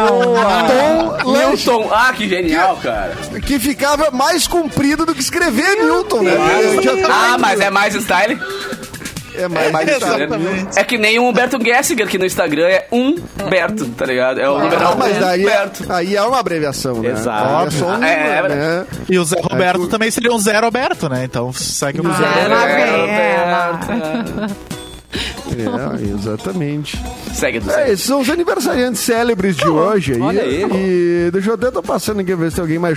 D: Tom Lanches.
G: Milton, ah, que genial, cara.
D: que ficava mais comprido do que escrever Newton, né? Eu tinha
G: Ah,
D: tanto-
G: mas é mais style.
D: é mais, mais
E: Exatamente.
G: É que nem o Humberto Gessinger, que no Instagram é Humberto, tá ligado? É o
D: Ah,
G: numeral
D: mas daí é,
G: Humberto.
D: aí é uma abreviação, né?
A: Exato.
D: Aí É só um,
G: É, é
D: né?
E: E o Zé Roberto
D: tu-
E: também seria um Zé Roberto, né? Então, sai que eu
B: Zé
E: Zé.
B: Ela
G: Humberto.
B: Ah, vem, é, ela.
D: É, exatamente.
G: Segue do
D: É,
G: segue.
D: esses são os aniversariantes célebres de hoje aí.
A: olha aí.
D: E deixa eu até tô passando aqui ver se tem alguém mais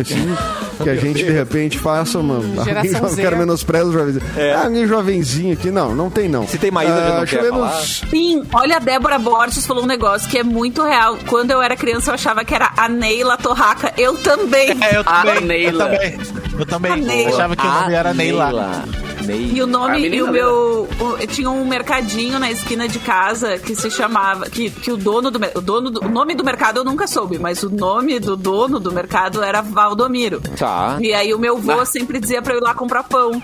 A: [LAUGHS]
D: assim, que a gente de repente faça uma. alguém
B: geração
D: jovem,
B: Z.
D: quero menosprezar os jovenzinhos.
A: Hum, É.
D: Ah, alguém jovenzinho aqui. Não, não tem não. Ah,
A: Se tem Maísa, a gente não
D: deixa
A: quer
D: eu ver
A: falar.
D: nos-
C: Sim, olha, a Débora Borges falou um negócio que é muito real. Quando eu era criança, eu achava que era a Neila Torraca. Eu também.
E: É, eu
G: Ah,
E: também. eu
G: Neila.
E: também. Eu também.
C: A Neila.
E: Achava que o nome era Neila.
A: Ah, Neila.
C: E o
G: A
C: nome,
G: menina,
C: e o
G: né?
C: meu. o- tinha um mercadinho na esquina de casa que se chamava. Que, que o dono do. mer- O, dono do- o nome do mercado eu nunca soube, mas o nome do dono do mercado era Valdomiro.
A: Tá.
C: E aí o meu vô
G: Ah.
C: sempre dizia pra eu ir lá comprar pão.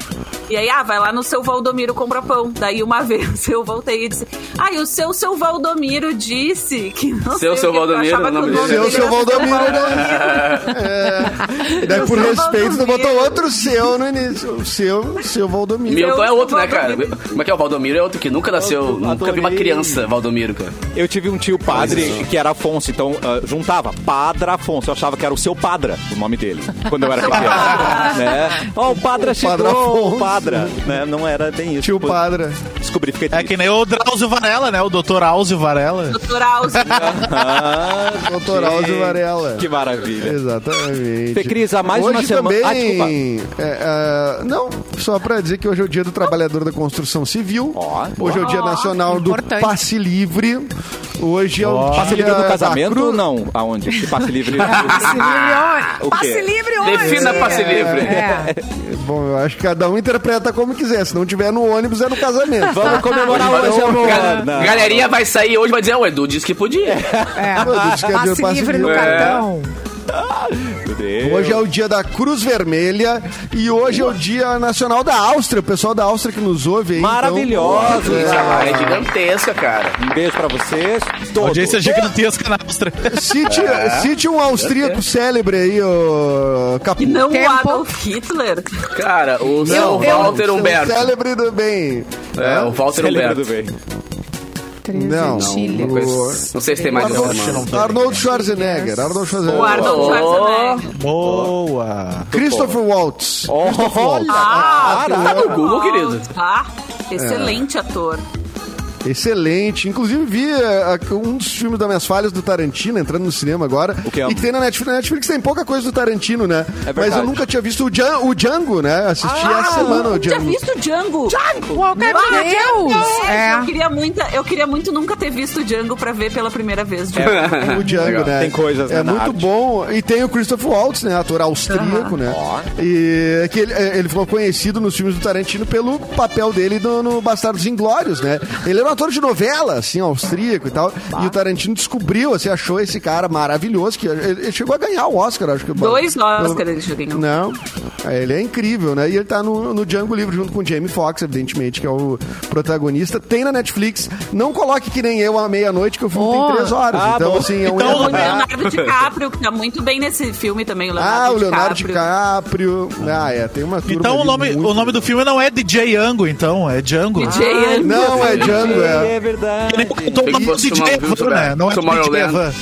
C: E aí, ah, vai lá no seu Valdomiro comprar pão. Daí uma [LAUGHS] vez eu voltei e disse: Ah, e o seu seu Valdomiro disse que não
G: Seu,
C: sei o
G: seu
C: que, eu
G: Valdomiro,
C: achava que
G: o nome
C: o
G: dele.
C: nome
D: Seu,
C: dele
D: seu
C: era
D: Valdomiro. né? É. Daí, por
A: [LAUGHS]
C: Seu
D: respeito, tu botou
C: Valdomiro.
D: outro seu no início. O Seu, seu Valdomiro.
G: Milton
C: Eu-
G: é outro, né, cara?
C: Valdomiro.
G: Como é que é? O Valdomiro é outro que nunca nasceu, nunca vi uma
A: adorei.
G: criança, Valdomiro, cara.
A: Eu tive um tio padre
D: é.
A: que era Afonso, então ah, juntava Padra Afonso. Eu achava que era o seu Padra, o nome dele, quando eu era pequeno. [LAUGHS] né? Ó, o Padra chegou,
D: Padra Afonso.
A: o Padra. Né? Não era bem isso.
D: Tio
A: Pô,
D: Padra.
A: Descobri, fiquei
E: É
A: triste.
E: que nem o Drauzio Varela, né? O doutor Áuzio Varela.
C: Doutoral.
A: Ah,
D: Doutor Áudio Varela.
A: que maravilha.
D: Exatamente.
A: Fê Cris, há mais
D: hoje
A: uma semana-
D: Também,
A: Ah, desculpa.
D: é, ah, não, só pra dizer que hoje é o dia do trabalhador da construção civil.
A: Ó,
D: hoje é o dia nacional
B: importante.
D: do passe livre. Hoje é o dia
A: Passe livre do
D: da
A: casamento?
D: cruz-
A: Não, aonde? Que passe livre.
D: [LAUGHS]
B: Passe livre onde?
A: O quê?
B: Passe livre onde?
G: Defina passe livre.
B: É.
D: Bom, eu acho que cada um interpreta como quiser. Se não tiver no ônibus, é no casamento.
A: Vamos comemorar
D: Então,
A: hoje, amor.
G: Gal-
A: Não.
G: Galerinha vai sair hoje e vai dizer, o Edu disse que podia.
D: [LAUGHS]
B: É.
D: Meu Deus, quer
B: Passe
D: dizer, passe
B: livre no
D: livre. É.
B: cartão.
A: Meu Deus.
D: Hoje é o dia da Cruz Vermelha e hoje é o dia nacional da Áustria. O pessoal da Áustria que nos ouve aí. então,
A: Maravilhoso.
G: Gente, a barra é
A: Ah,
G: gigantesca, cara.
A: Um beijo pra vocês. Todos.
E: Audiência gigantesca na Áustria.
D: Cite,
A: É.
D: cite um austríaco célebre aí, ô Capu.
C: E não
B: Tempo.
C: o Adolf Hitler.
G: Cara, o
D: Não,
G: seu Walter
D: um
G: Humberto.
D: Célebre do bem.
G: É, o Walter
A: Célebre
G: Humberto.
A: do bem.
D: Não,
B: Chile.
G: Uma coisa- Não sei se tem mais
D: Arnold,
G: essa semana.
D: Arnold Schwarzenegger. Arnold
C: O
D: Schwarzenegger.
G: Oh.
C: Arnold Schwarzenegger.
E: Boa.
D: Christopher Waltz. Christopher Waltz.
C: Ah,
G: Tá no Google, querido.
C: Tá. Excelente
D: É.
C: ator.
D: Excelente. Inclusive, vi eh, a- um dos filmes das minhas falhas do Tarantino, entrando no cinema agora.
A: O que é?
D: E que tem na Netflix. Na Netflix tem pouca coisa do Tarantino, né? Mas
A: verdade. Ah,
D: eu nunca tinha visto o, Djan- o Django, né? Assisti essa semana
C: Ah,
D: o
C: Já
D: Django.
C: visto o Django?
B: Qualquer
C: Ah,
B: Deus.
C: Django! Eu,
B: É.
C: queria muito, eu queria muito nunca ter visto o Django pra ver pela primeira vez.
D: É,
C: Django.
D: O Django,
G: Legal.
D: né?
A: Tem coisas, né,
D: É
A: na
D: muito
A: arte.
D: bom. E tem o Christopher Waltz, né? Ator austríaco, né? E que ele, eh, ele ficou conhecido nos filmes do Tarantino pelo papel dele no, no Bastardos Inglórios, né? Ele era um ator de novela, assim, austríaco e tal. E o Tarantino descobriu, assim, achou esse cara maravilhoso, que ele, ele chegou a ganhar o Né? Oscar, acho que.
C: Dois Oscars ele jogou.
D: Não, ele é incrível, né? E ele tá no, no Django Livre junto com o Jamie Foxx, evidentemente, que é o protagonista. Tem na Netflix. Não coloque que nem eu à meia-noite, que o filme
B: Oh.
D: tem três horas.
A: Ah,
D: então,
A: bom.
D: assim, é um
C: O
D: erro.
C: Leonardo DiCaprio, que tá muito bem nesse filme também, o Leonardo
D: Ah, o Leonardo
C: DiCaprio.
D: DiCaprio. Ah, é, tem uma turma
E: Então o
D: ali
E: nome,
D: muito-
E: o nome do filme não é DJ Ango, então. É Django.
C: DJ Angus.
D: Não, é Django, é.
A: É verdade.
E: Ele botou o é
G: Tem que
E: nome do
G: fosse
E: DJ
G: uma-
E: Avan, né? Não é
G: Tomorrowland.
E: DJ Avan.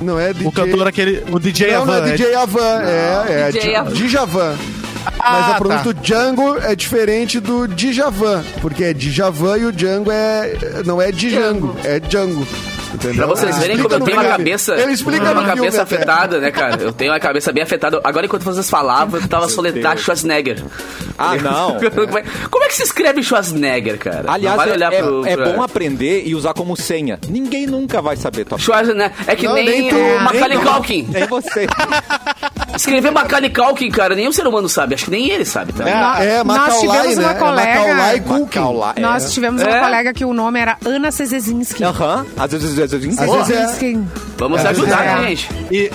D: Não é DJ.
E: O cantor aquele... O DJ
D: Não, não
E: Avan.
D: é
E: é-
D: DJ Avan. É, é.
C: DJ
D: Dj-
C: Avan.
D: Djavan. Mas
E: Ah,
D: a pronúncia
E: tá.
D: do Django é diferente do Djavan, porque é Djavan e o Django é não é Django, é Django.
G: Pra
D: Entendeu?
G: vocês
D: Ele
G: verem
D: Ah,
G: como
D: explica
G: eu
D: no
G: tenho uma
D: filme.
G: cabeça.
D: Ele explica
G: eu tenho
D: no
G: uma
D: filme
G: cabeça
D: até.
G: afetada, né, cara? Eu tenho uma cabeça bem afetada. Agora, enquanto vocês falavam, eu tava soletrar
A: Deus.
G: Schwarzenegger.
A: Ah, não.
G: [LAUGHS] Como é- Como é que se escreve Schwarzenegger, cara? Não
A: [LAUGHS] Aliás,
G: vale
A: é,
G: olhar
A: é-
G: pro-
A: é
G: pra-
A: bom aprender e usar como senha. Ninguém nunca vai saber tua
G: Schwarzenegger. É que
D: Não,
G: nem,
D: nem tu,
G: o
D: nem
G: Macaulay
A: tu.
G: Culkin.
A: [LAUGHS] É você.
G: Escrever Macaulay Culkin, cara, nenhum ser humano sabe. Acho que nem ele sabe, tá?
B: Nó-
D: É,
B: nós
D: Macaulay,
B: tivemos
D: né?
B: uma
D: É
B: colega.
D: Macaulay Culkin.
A: Macaulay. É.
B: Nós tivemos
G: É.
B: uma colega que o nome era Ana
D: É.
B: Cezezinski.
A: Aham. Às vezes, às vezes.
D: Às vezes é-
G: Vamos
D: É,
G: ajudar,
B: é.
G: né, gente?
E: E,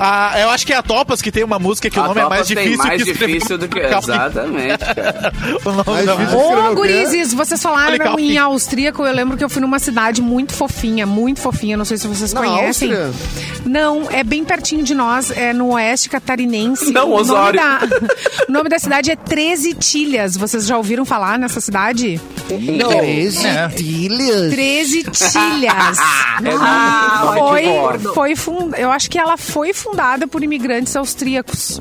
E: ah, eu acho que é a Topas que tem uma música que o
G: A
E: nome é
G: Copa
E: mais
G: tem
E: difícil
G: mais
E: que escrever
G: difícil
E: [LAUGHS]
G: do que.
E: Macaulay. É.
G: Exatamente,
E: [LAUGHS]
G: cara.
E: O nome
D: Mais
E: da-
D: difícil. escreveu o
B: Ô,
D: quê?
B: gurizes, vocês falaram
E: Legal.
B: em austríaco. Eu lembro que eu fui numa cidade muito fofinha, muito fofinha. Não sei se vocês
D: Na
B: conhecem.
D: Áustria?
B: Não, é bem pertinho de nós, é no oeste catarinense.
G: Não,
B: o nome,
D: [LAUGHS]
G: Osório.
B: da, o nome da cidade é Treze Tilhas. Vocês já ouviram falar nessa cidade?
E: É.
B: Treze
D: [LAUGHS]
B: Tilhas.
D: É
C: Ah,
A: Nome de
B: foi,
A: bordo.
B: foi fund... Eu acho que ela foi fundada por imigrantes austríacos.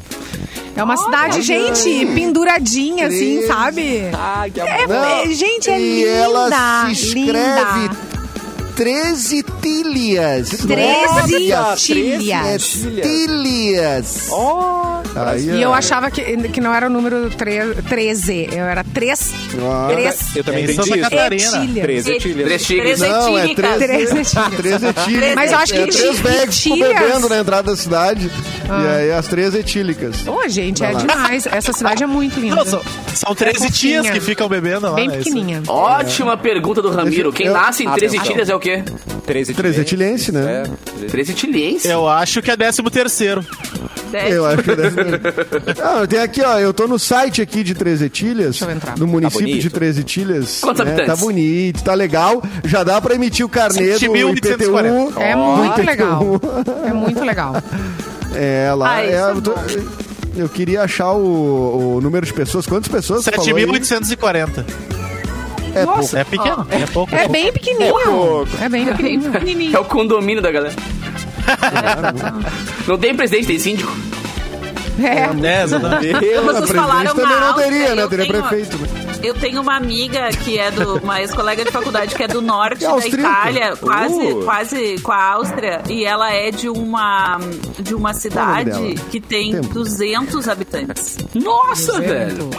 B: É uma cidade, gente, penduradinha, assim,
D: Treze.
B: sabe?
A: Ah, que
B: É,
A: amor.
B: é, gente, é
D: e
B: linda.
D: ela se escreve
B: linda.
D: 13 tilhas.
B: 13
D: Nossa, é
B: tilhas.
D: tilhas.
A: Ó,
D: Aí,
B: E eu
D: ó.
B: achava que, que não era o número tre- 13, eu era 3.
D: Ah.
A: eu também
E: É,
A: entendi
E: Santa
A: isso.
E: Catarina.
A: Três
G: Três
A: etilhas.
G: tigres.
D: Não,
C: Treze
D: é três,
C: Tilhas.
B: Três etilhas.
D: Três etílicas.
B: Mas eu acho que
D: é, três
B: eti-
D: bags ficam
B: etílicas-
D: bebendo na entrada da cidade. E
B: Ah.
D: aí as três etílicas.
B: Ô, gente, é
D: Vai lá.
B: demais. Essa cidade é muito linda.
E: Não, são, são 13 tias
B: fofinha.
E: que ficam bebendo lá.
B: Bem
E: né? Isso.
B: pequenininha.
G: Ótima pergunta do Ramiro. Quem
D: eu-
G: nasce
E: Ah,
G: em
E: tá.
G: 13 tilhas é o quê?
A: Três
D: Três
A: etilhenses.
D: etiliense, né?
A: É.
G: 13 tilhenses.
E: Eu acho que é 13 terceiro.
C: Dez.
D: Eu acho que deve ser. Não, tem aqui, ó. Eu tô no site aqui de Três Etilhas.
B: eu entrar. Tá
D: No município
A: bonito.
D: de Três Etilhas.
G: Quantos habitantes?
D: Tá bonito, tá legal. Já dá pra emitir o carnê do
E: 7.840.
D: IPTU.
B: É muito legal. É muito legal.
D: [LAUGHS] É, lá.
C: Ah, isso
D: é,
C: é
D: eu tô-
C: bom.
D: Eu queria achar o, o número de pessoas. Quantas pessoas? você falou aí?
E: 7.840.
D: É pouco.
E: Nossa, é pequeno, é pouco.
B: É bem pequenininho. É bem
G: É
D: [LAUGHS]
B: pequenininho.
G: o condomínio da galera. Não tem presidente, tem síndico.
B: É.
E: É, exatamente.
D: Eu,
C: Vocês
D: presidente,
C: falaram
D: também
C: na
D: não teria,
C: alta,
D: né?
C: eu
D: Teria
C: tenho-
D: prefeito. né?
C: Eu tenho uma amiga que é do. Uma ex-colega de faculdade que é do norte
D: Que é
C: da
D: austríaca.
C: Itália, quase,
A: Uh.
C: quase com a Áustria, e ela é de uma, de uma cidade
D: é dela?
C: que tem
D: Tempo.
C: 200 habitantes.
G: Nossa, velho.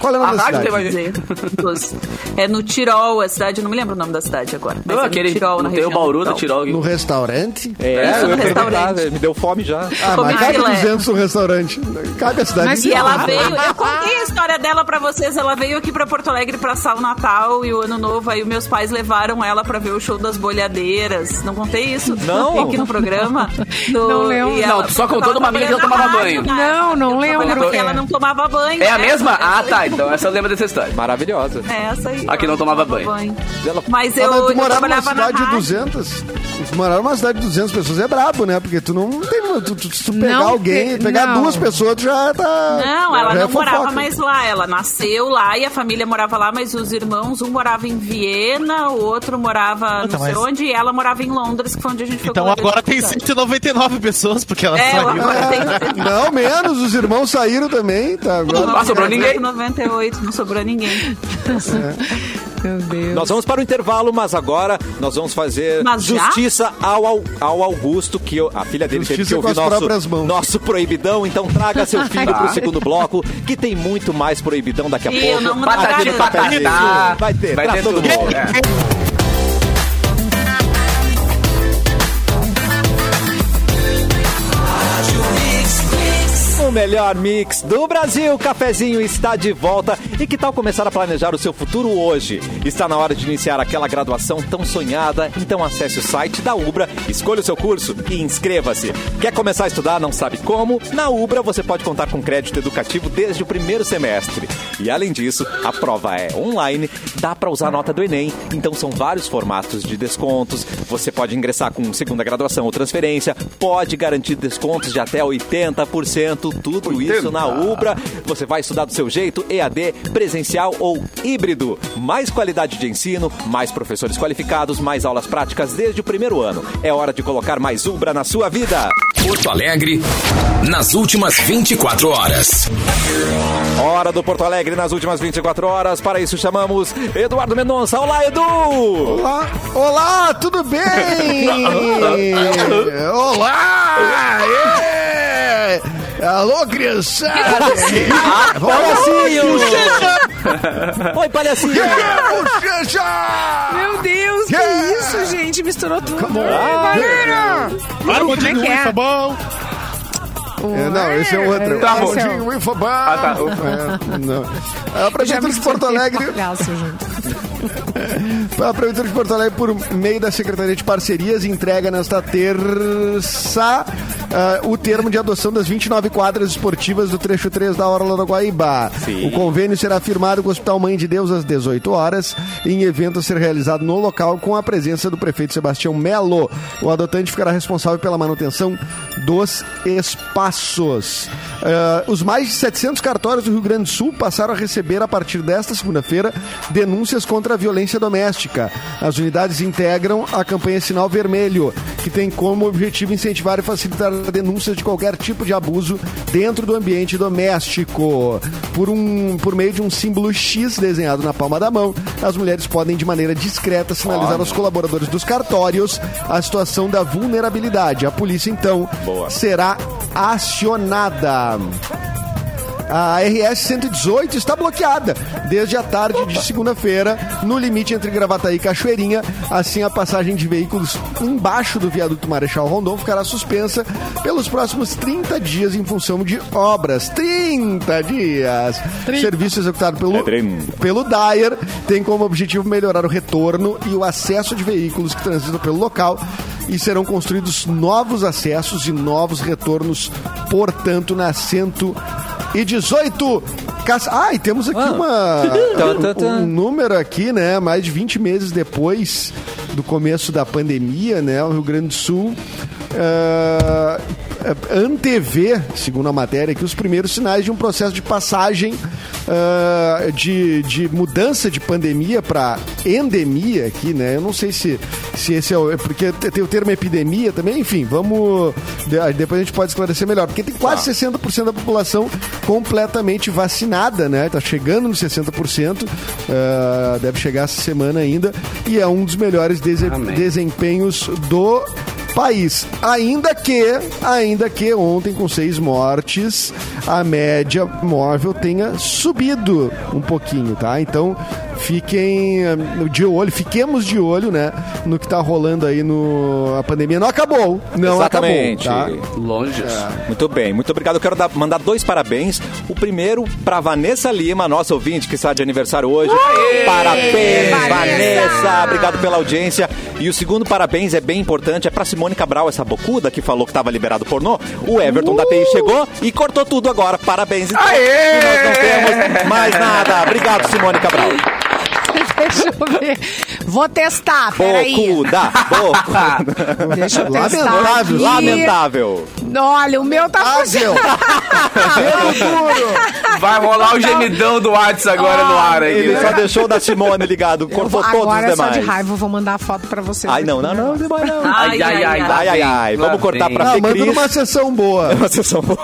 D: Qual é o
G: A
D: nome da
G: rádio
D: cidade?
G: teve-
C: 200. É no Tirol, a cidade, eu não me lembro o nome da cidade agora. Mas
G: Não,
C: é
G: aquele,
C: no Tirol, na
G: não tem
C: região.
G: o Bauru do
C: Então,
G: Tirol.
D: No restaurante?
A: É,
C: Isso,
A: eu
C: no
A: ia perguntar,
C: restaurante.
A: velho, me deu fome já.
D: Ah,
C: Come
D: mas cabe
C: filé.
D: 200 no restaurante. Cabe a cidade
B: Mas
C: E
D: inteira.
C: ela veio,
B: [LAUGHS]
C: eu contei a história dela pra vocês. Ela veio aqui pra Porto Alegre passar o Natal e o Ano Novo. Aí meus pais levaram ela pra ver o show das bolhadeiras. Não contei isso?
A: Não.
C: Aqui no
B: [LAUGHS]
C: programa?
B: Não lembro.
C: e ela-
G: Não, tu só contou
C: tava
G: de uma amiga que ela
C: trabalhando
G: tomava
C: na rádio,
G: banho.
C: cara.
B: Não, não
C: Eu
B: lembro,
C: trabalhava que
B: cara.
C: ela não tomava banho.
G: É a
C: essa,
G: mesma?
C: essa
G: Ah,
C: aí.
G: tá. Então essa eu lembro dessa história.
A: Maravilhosa.
C: É essa aí.
G: A que não
C: ela
G: tomava banho.
A: Ela-
C: Mas
D: Ah,
C: eu,
D: mas tu
C: eu
D: morava numa
C: trabalhava na
D: cidade de
C: rádio.
D: 200? Tu morava numa cidade de 200 pessoas é brabo, né? Porque tu não tem. Tu, tu, se tu pegar
B: Não
D: alguém,
B: te-
D: pegar
B: não.
D: duas pessoas, tu já tá.
C: Não, ela
D: já é
C: não morava
D: fofoca.
C: mais lá. Ela nasceu lá e a família morava lá, mas os irmãos, um morava em Viena, o outro morava
E: Puta,
C: não sei
E: Ah, tá, mas-
C: onde, e ela morava em Londres, que foi onde a gente foi.
E: Então
C: pela vez
E: agora
C: que
E: tem
C: eu fui.
E: 199 pessoas, porque ela
C: tá. É, ela
E: saiu.
C: agora tem.
D: Não, menos, os irmãos saíram também, tá? Agora,
G: Ah, sobrou ninguém.
C: 98, não sobrou ninguém.
B: Meu Deus.
A: Nós vamos para o intervalo, mas agora nós vamos fazer
C: Mas já?
A: justiça ao, Au- ao Augusto, que eu- a filha dele
D: Justiça
A: teve
D: com
A: que ouvir
D: as próprias
A: nosso,
D: mãos.
A: nosso proibidão. Então traga
C: [LAUGHS]
A: seu filho
G: Tá.
A: para o segundo bloco, que tem muito mais proibidão daqui a
C: Ih,
A: pouco.
C: eu não-
G: Batata de
C: Caralho.
G: batata.
A: Vai ter, pra todo
G: tudo.
A: mundo.
G: É.
A: O melhor mix do Brasil, o cafezinho está de volta. E que tal começar a planejar o seu futuro hoje? Está na hora de iniciar aquela graduação tão sonhada, então acesse o site da Ubra, escolha o seu curso e inscreva-se. Quer começar a estudar, não sabe como? Na Ubra você pode contar com crédito educativo desde o primeiro semestre. E além disso, a prova é online, dá para usar a nota do Enem, então são vários formatos de descontos. Você pode ingressar com segunda graduação ou transferência, pode garantir descontos de até 80%, tudo isso na Ubra. Você vai estudar do seu jeito, EAD, presencial ou híbrido. Mais qualidade de ensino, mais professores qualificados, mais aulas práticas desde o primeiro ano. É hora de colocar mais Ubra na sua vida.
H: Porto Alegre, nas últimas 24 horas.
A: Hora do Porto Alegre nas últimas 24 horas. Para isso chamamos Eduardo Mendonça. Olá, Edu!
D: Olá, olá, tudo
G: [LAUGHS]
D: bem? Olá! é! Alô, assim, criançada!
A: Palhacinho! [LAUGHS] Oi,
D: é,
A: palhacinho!
D: Bochecha!
B: Meu Deus, que
D: Yeah!
B: isso, gente? Misturou tudo. Oi,
D: on.
B: galera!
E: Barba
B: Como
E: de
B: é que
E: luz,
B: é?
E: tá bom?
D: É, não, esse é outro.
G: Tá bom.
D: Esse é o Infobar.
G: tá.
D: É, não. A Prefeitura de Porto Alegre
B: Palhaço, gente. [LAUGHS]
D: A Prefeitura de Porto Alegre, por meio da Secretaria de Parcerias, entrega nesta terça ah, o termo de adoção das 29 quadras esportivas do trecho 3 da Orla do Guaíba. O convênio será firmado com o Hospital Mãe de Deus às 18 horas, em evento a ser realizado no local com a presença do prefeito Sebastião Melo. O adotante ficará responsável pela manutenção dos espaços. Ah, os mais de 700 cartórios do Rio Grande do Sul passaram a receber, a partir desta segunda-feira, denúncias contra a violência doméstica. As unidades integram a campanha Sinal Vermelho, que tem como objetivo incentivar e facilitar denúncias de qualquer tipo de abuso dentro do ambiente doméstico. Por, um, por meio de um símbolo X desenhado na palma da mão, as mulheres podem, de maneira discreta, sinalizar aos colaboradores dos cartórios a situação da vulnerabilidade. A polícia, então, será acionada. A RS 118 está bloqueada desde a tarde de segunda-feira, no limite entre Gravataí e Cachoeirinha. Assim, a passagem de veículos embaixo do viaduto Marechal Rondon ficará suspensa pelos próximos 30 dias em função de obras. 30 dias! Serviço executado pelo,
A: É trinta.
D: pelo Dyer tem como objetivo melhorar o retorno e o acesso de veículos que transitam pelo local e serão construídos novos acessos e novos retornos, portanto, na 118. Cas- Ah, e temos aqui
A: Tá, tá,
D: uma,
A: tá.
D: um número aqui, né? Mais de 20 meses depois do começo da pandemia, né? O Rio Grande do Sul. ah, eh, antever, segundo a matéria, que os primeiros sinais de um processo de passagem ah, de, de mudança de pandemia para endemia aqui, né? Eu não sei se, se esse é o. é Porque te- tem o termo epidemia também, enfim, vamos. de- Depois a gente pode esclarecer melhor. Porque tem quase 60% da população completamente vacinada, né? Tá chegando nos 60%, ah, deve chegar essa semana ainda. E é um dos melhores dese-
G: Amém.
D: desempenhos do país. Ainda que, ainda que ontem com seis mortes, a média móvel tenha subido um pouquinho, tá? Então, fiquem eh, de olho, fiquemos de olho, né, no que tá rolando aí no a pandemia não acabou, não
A: Exatamente.
D: acabou, tá?
G: Longe.
A: Muito bem, muito obrigado. Eu quero dar- mandar dois parabéns. O primeiro para Vanessa Lima, nossa ouvinte que está de aniversário hoje. Parabéns,
B: Vanessa!
A: Vanessa! Obrigado pela audiência. E o segundo parabéns é bem importante, é para Simone Cabral, essa bocuda que falou que estava liberado pornô. O Everton da TI chegou e cortou tudo agora. Parabéns. Então,
G: Aê!
A: E nós não temos mais nada. Obrigado, Simone Cabral.
B: Deixa eu ver. Vou testar, peraí.
A: Bocuda, bocuda.
B: Deixa eu testar.
D: Lamentável,
B: Tá aqui.
A: Lamentável.
B: Olha, o meu tá
D: Ah,
B: funcionando. [LAUGHS]
G: Vai rolar o gemidão do Whats agora no ar aí.
A: Ele
G: né?
A: só deixou o da Simone ligado,
B: Eu
A: cortou
B: vou-
A: todos os
B: Agora é só
A: demais.
B: de raiva, eu vou mandar a foto pra vocês.
A: Ai, não, não, não, demais não.
G: Ai, ai, ai. lá
A: Ai, ai,
G: vem,
A: ai.
G: lá
A: Vamos cortar
G: vem.
A: pra
D: Ah, manda
A: Fecris.
D: numa sessão boa.
A: Uma sessão boa.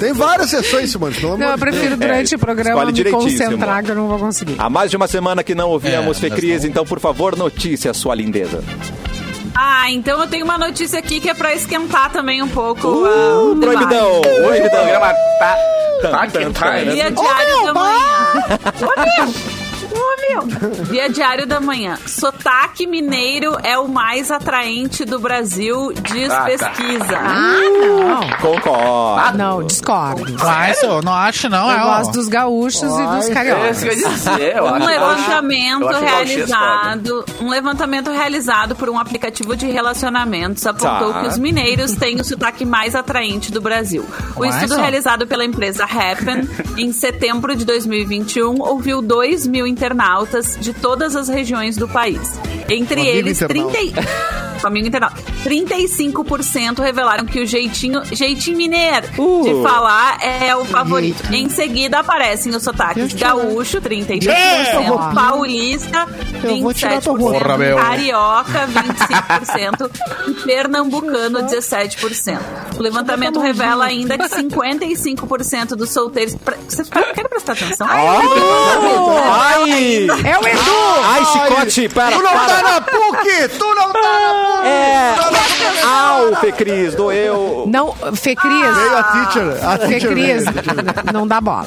D: Tem várias sessões, Simone, pelo
B: Não,
D: amor
B: eu
D: de Deus.
B: prefiro durante o programa
A: É, escolhe
B: me
A: direitíssimo.
B: concentrar, que eu não vou conseguir.
A: Há mais de uma semana que não ouvíamos
E: É,
A: Fecris,
E: nós não.
A: então, por favor, notícia, sua lindeza.
C: Ah, então eu tenho uma notícia aqui que é pra esquentar também um pouco. ah, o
A: Uh,
C: debate.
A: proibidão.
G: Hoje o
A: Proibidão.
G: programa tá. Tá
A: Tan, tan,
G: que tá.
A: tan.
G: né?
C: Via Diário da Manhã. Ô, meu! Ô, meu! Via Diário da Manhã. Sotaque mineiro é o mais atraente do Brasil, diz
G: Ah, tá.
C: pesquisa.
B: Ah, não.
A: Concordo.
B: Não, discordo.
E: Vai, seu, não acho, não.
B: Eu
E: é, ó.
B: gosto dos gaúchos e dos
G: É isso que eu
B: cariocas.
G: ia dizer, eu acho
C: um
G: que eu acho-
C: levantamento
G: eu acho que o Gauchês foda.
C: realizado, um levantamento realizado por um aplicativo de relacionamentos apontou
A: Tá.
C: que os mineiros têm o sotaque mais atraente do Brasil. O
E: Olha
C: estudo
E: só.
C: realizado pela empresa Happen em setembro de 2021 ouviu 2 mil internautas de todas as regiões do país. Entre
D: Amigo
C: eles,
D: internauta.
C: 30 e... Amigo internauta. 35% revelaram que o jeitinho, jeitinho mineiro de
A: Uh.
C: falar é o favorito. Em seguida aparecem os sotaques gaúcho, 33%. 20%,
D: Eu vou-
C: paulista,
D: Eu vou tirar tua
C: 27%,
E: roupa. É! Porra, meu.
C: carioca, 25% e
D: [LAUGHS]
C: pernambucano, 17%. O levantamento revela ainda que 55% dos solteiros... Pre- Vocês pre- querem prestar atenção?
A: Ai!
B: É o Edu!
A: Ai, chicote, para,
D: Tu não tá
A: para.
D: na PUC! Tu não tá na PUC!
A: É. Au, Fecris, doeu.
B: Não, Fê Cris.
D: Veio a teacher. A
B: Fê
D: teacher
B: Cris,
D: veio.
B: não dá bola.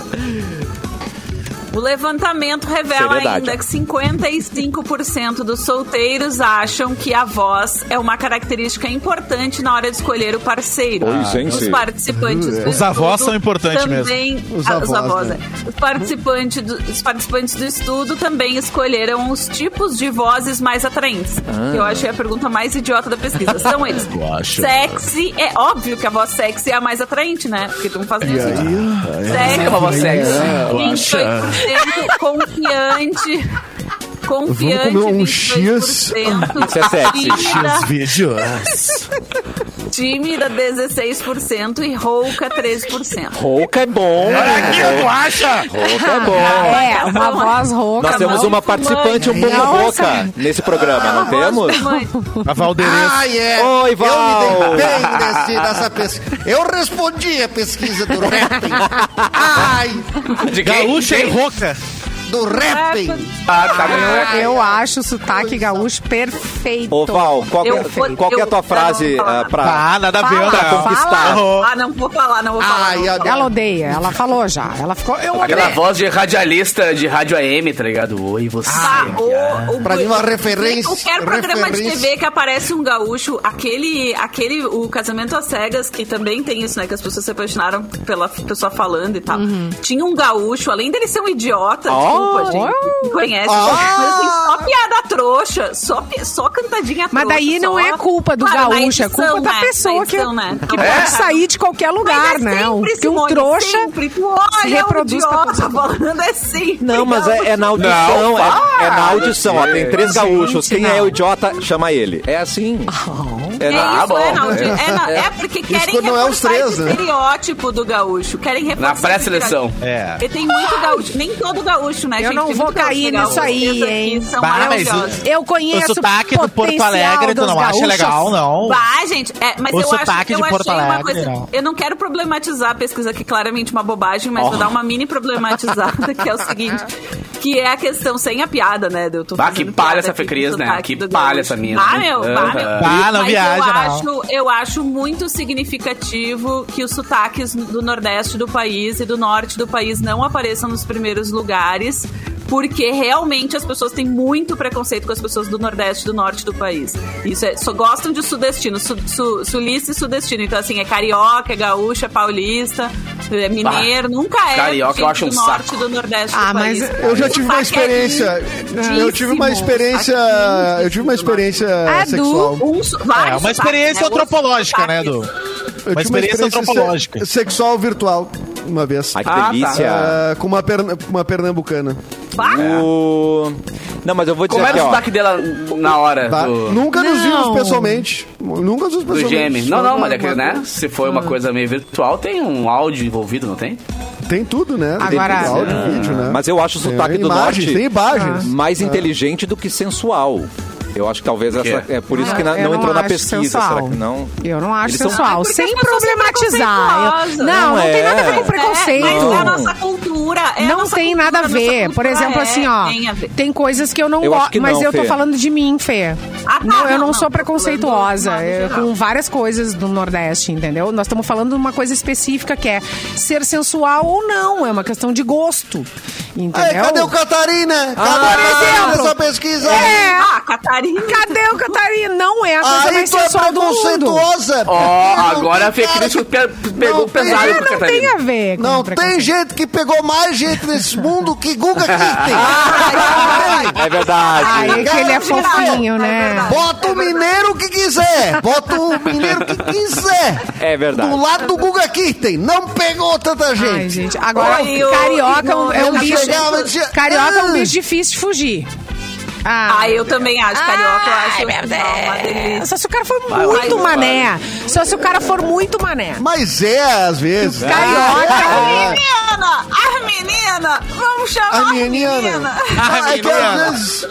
C: O levantamento revela
A: Seriedade.
C: ainda que 55% dos solteiros acham que a voz é uma característica importante na hora de escolher o parceiro.
A: Pois, hein,
C: os
A: sim.
C: participantes. do
E: Os avós
C: estudo
E: são importantes
C: também,
D: Uhum. Os
C: Ah,
D: avós, né?
C: é. Os, participantes do- os participantes do estudo também escolheram os tipos de vozes mais atraentes.
A: Ah.
C: Que eu achei a pergunta mais idiota da pesquisa.
A: [LAUGHS]
C: São eles.
E: acho.
C: Sexy, é óbvio que a voz sexy é a mais atraente, né? Porque tu não faz nenhum sentido.
G: É uma voz sexy.
C: 28% confiante. Confiante.
D: Vamos comer
C: 22%,
D: um X.
A: Isso é sexy.
C: Tímida,
E: vídeos.
C: tímida 16% e rouca 3%.
A: Rouca é bom.
E: Aqui, tu acha?
A: Rouca é bom.
B: É, uma voz rouca.
A: Nós temos
B: não.
A: uma participante um pouco
B: Nossa.
A: rouca nesse programa, não temos?
C: Mãe,
E: A Valdereza.
D: Ah, é.
A: Oi, Val.
D: Eu me dei bem nesse, nessa pesquisa. Eu respondi a pesquisa do Rappen. Ai,
G: De quem?
E: Gaúcha e Roca.
D: do Rappen.
G: Ah, tá, mas não é-
B: Eu acho o sotaque gaúcho perfeito.
A: Ô, Val, qual, que-
C: Eu vou-
A: qual que é a
C: eu-
A: tua
C: eu
A: frase
C: não vou falar.
A: ah, pra...
E: Ah, nada a ver,
B: Fala,
E: não.
A: conquistar.
E: Errou.
C: Ah, não vou falar, não vou falar.
D: Ai, a-
B: Ela odeia, ela falou já. Ela ficou. Eu
G: Aquela
B: odeio.
G: voz de radialista de rádio AM, tá ligado? Oi,
B: Ah,
G: você.
C: Tá,
B: é.
C: o- o-
D: Pra mim, uma referência-
C: Qualquer programa de
D: referência.
C: TV que aparece um gaúcho, aquele, aquele, o Casamento às Cegas, que também tem isso, né? Que as pessoas se apaixonaram pela f- pessoa falando e tal.
B: Uhum.
C: Tinha um gaúcho, além dele ser um idiota,
B: Oh,
C: desculpa, gente, que conhece. Mas assim, só piada trouxa, só, pi- só cantadinha
B: Mas
C: trouxa.
B: daí não
C: só-
B: é culpa do
C: Claro, na
B: gaúcho, é culpa
C: edição,
B: da
C: né,
B: pessoa
C: na edição,
B: que,
C: né?
B: que
C: Não,
B: pode
C: é.
B: sair de qualquer lugar,
C: Mas é
B: né?
C: sempre,
B: que um
C: Simone,
B: trouxa.
C: sempre. Tu olha
B: se reproduz
C: o
B: pra
C: idiota
B: todo
C: falando é sempre.
A: Não, mas é, é na audição.
G: Não,
A: é,
G: para,
A: é na audição. Ó, tem três
B: gente,
A: gaúchos. Quem é
B: não.
A: o idiota, chama ele. É assim.
G: É na
C: isso,
G: aba,
C: é,
G: ó.
C: Naldi. É, na- é porque querem
D: quando não é os
C: reforçar
D: três,
C: esse
D: né?
C: estereótipo do gaúcho. Querem reforçar
G: Na
C: esse
G: pré-seleção.
C: estereótipo.
E: É.
C: E tem muito gaúcho. Nem todo gaúcho, né,
B: Eu
C: gente?
B: não
C: Tem
B: vou
C: muito gaúcho
B: cair
C: legal.
B: nisso aí,
C: Vocês aqui
B: hein?
C: São
E: Bah, mas
C: maravilhosos.
B: Eu conheço
E: O sotaque do Porto
B: potencial
E: Alegre, tu
B: dos
E: não acha
B: gaúchos.
E: legal, não?
C: Bah, gente, é, mas
E: O
C: eu acho
E: sotaque
C: que eu
E: de Porto
C: achei uma
E: Alegre,
C: coisa.
E: não.
C: Eu não quero problematizar a pesquisa, que é claramente uma bobagem, mas vou dar uma mini problematizada, [LAUGHS] que é o seguinte: que é a questão sem a piada, né? Eu tô
G: Bah,
C: fazendo
G: que palha
C: piada
G: essa
C: aqui com o
G: fecris, né?
C: sotaque
G: Que
C: do
G: palha
C: gaúcho.
G: essa mina. Ah.
C: Bah, meu, bah, meu.
G: Aham.
E: Bah, não
C: mas
E: viaja,
C: eu
E: não.
C: acho, eu acho muito significativo que os sotaques do Nordeste do país e do Norte do país não apareçam nos primeiros lugares. Porque realmente as pessoas têm muito preconceito com as pessoas do Nordeste e do Norte do país. Isso é, só gostam de sudestino, su, su- sulista e sudestino. Então, assim, é carioca, é gaúcha, é paulista, é mineiro. nunca é.
G: Ah, carioca eu
C: gente
G: acho um
C: do Norte
G: saco.
C: do Nordeste
B: Ah,
C: do
B: mas
C: país. é
D: Eu já tive uma experiência. Eu tive uma experiência. Eu tive uma experiência
B: Ah, Du?
D: sexual.
C: Um so- vários
E: É uma
C: sotaques,
E: experiência
C: né? Outros
E: antropológica, né,
C: sotaques.
E: Edu?
D: Eu
E: Uma
D: tive uma
E: experiência
D: experiência
E: antropológica.
D: se- sexual virtual uma vez.
A: Ai, que
G: Ah, tá.
A: delícia.
D: Ah, com uma, perna, uma pernambucana.
C: Bah,
D: É.
A: O- Não, mas eu vou dizer
G: Como era
A: aqui, ó.
G: o sotaque dela na hora
D: tá?
G: É do,
D: Nunca nos
B: Não.
D: vimos pessoalmente. Nunca nos vimos
G: do
D: pessoalmente.
G: GM? Não, não, mas é que,
D: Uma-
G: né? Se foi uma coisa meio virtual, tem um áudio envolvido, não tem?
D: Tem tudo, né?
B: Agora-
D: tem áudio,
G: é.
D: vídeo, né?
A: Mas eu acho o
D: Tem
A: sotaque do
D: imagens,
A: norte
D: Tem imagens. Ah.
A: mais inteligente do que sensual. Eu acho que talvez
G: quê?
A: essa. É por isso que na-
B: Ah, Eu
A: não entrou na
B: acho
A: pesquisa.
B: sensual.
A: Será que
D: [LAUGHS]
A: não?
B: Eu não acho
A: Eles são-
B: sensual.
C: Ah, é Porque as
B: Sem
C: pessoas são
B: problematizar. Eu-
C: preconceituosas.
B: Não, não
A: Não
B: tem nada
A: é.
B: a ver com
C: É, mas
B: preconceito.
C: é a nossa cultura. é a
B: não
C: nossa
B: tem
C: cultura,
B: nada a ver.
C: nossa
B: Por
C: cultura
B: exemplo,
C: é-
B: assim, ó.
C: Tem a ver.
B: Tem coisas que eu não
A: Eu acho
B: gosto,
A: que
B: mas
A: não,
B: eu tô
A: Fê.
B: falando de mim, Fê.
C: Ah, tá,
B: não, eu
C: não,
B: não
C: não,
B: sou
C: tô
B: preconceituosa
C: falando de modo
B: eu-
C: geral.
B: com várias coisas do Nordeste, entendeu? Nós estamos falando de uma coisa específica que é ser sensual ou não. É uma questão de gosto. Entendeu?
D: Aí, É, cadê o Catarina?
B: Ah,
D: Cadê
B: por
D: a Catarina
B: exemplo.
D: dessa pesquisa?
B: É.
C: Ah, Catarina.
B: Cadê o Catarina? Não é a coisa
D: Aí
B: mais
D: tu é
B: sensual do mundo.
D: preconceituosa.
G: Ó,
D: Não
G: agora a
D: tem
G: Fê
D: cara
G: Cris
D: que-
G: pe- pegou
D: não tem-
G: pesado tá
B: Ah,
G: com a
B: não tem a
G: Catarina.
B: ver. com
D: Não tem
B: preconceito.
D: gente que pegou mais gente nesse mundo que Guga
B: [LAUGHS]
D: Kitten.
A: É verdade.
B: Ah, é que ele é
D: Cara, geral.
B: fofinho, né?
C: verdade.
D: Bota o mineiro que quiser. Bota o mineiro que quiser.
A: É verdade.
D: Do lado do Guga Kitten. Não pegou tanta gente.
B: Ai, gente. Agora,
C: Oi, eu-
B: carioca
C: não,
B: é um
D: eu
B: bicho.
D: chegava e dizia,
B: Carioca é um
D: "Ah".
B: bicho difícil de fugir.
C: Ah, eu também acho. Carioca, eu acho. não, uma delícia.
B: Só se o cara for
G: Vai,
B: muito
G: vai,
B: mané. Só se o cara for muito mané.
D: Mas é, às vezes.
B: Carioca.
D: É.
C: Menina, as menina, vamos chamar
D: A
C: as
D: menina.
C: menina.
B: Ah,
E: A
D: É que às
E: menina.
D: vezes...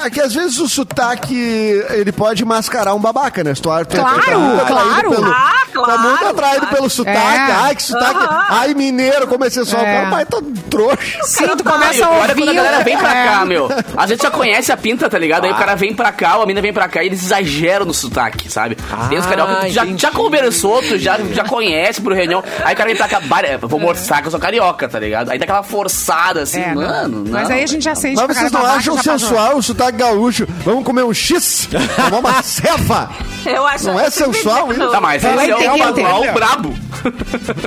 D: ah, que às vezes o sotaque, ele pode mascarar um babaca, né? Se tu, tu, tu- tu-
B: Claro,
D: tá muito atraído
B: claro.
D: Pelo,
C: Ah,
D: Tá
C: claro,
D: muito atraído
C: claro.
D: pelo sotaque.
B: É.
D: Ai, que sotaque. Ai, mineiro, comecei só.
B: É.
D: É. Pai, tá trouxa.
B: Sim, tu
G: Aí,
B: começa a
G: Agora
B: ouvir.
G: quando a galera vem pra
B: é.
G: cá, meu. A gente já conhece a pinta, tá ligado? Aí o cara vem pra cá, ou a mina vem pra cá e eles exageram no sotaque, sabe? Tem
B: Ah,
G: os carioca que tu já, já conversou, tu já, já conhece pro reunião. Aí o cara vem pra cá, "Bah, eu vou mostrar que eu sou carioca, tá ligado? Aí dá aquela forçada assim,
B: É, não.
G: mano. Não.
B: Mas aí a gente já sente
D: Mas
B: que o cara tá
D: vocês não
B: babaca
D: acham
B: já passou.
D: sensual o sotaque gaúcho? Vamos comer
A: [LAUGHS]
D: um X? Tomar uma cefa?
C: Eu acho
D: Não é sensual, hein?
G: Tá, mas
B: Vai
G: esse é
B: ter
G: o
B: que ter.
G: manual brabo.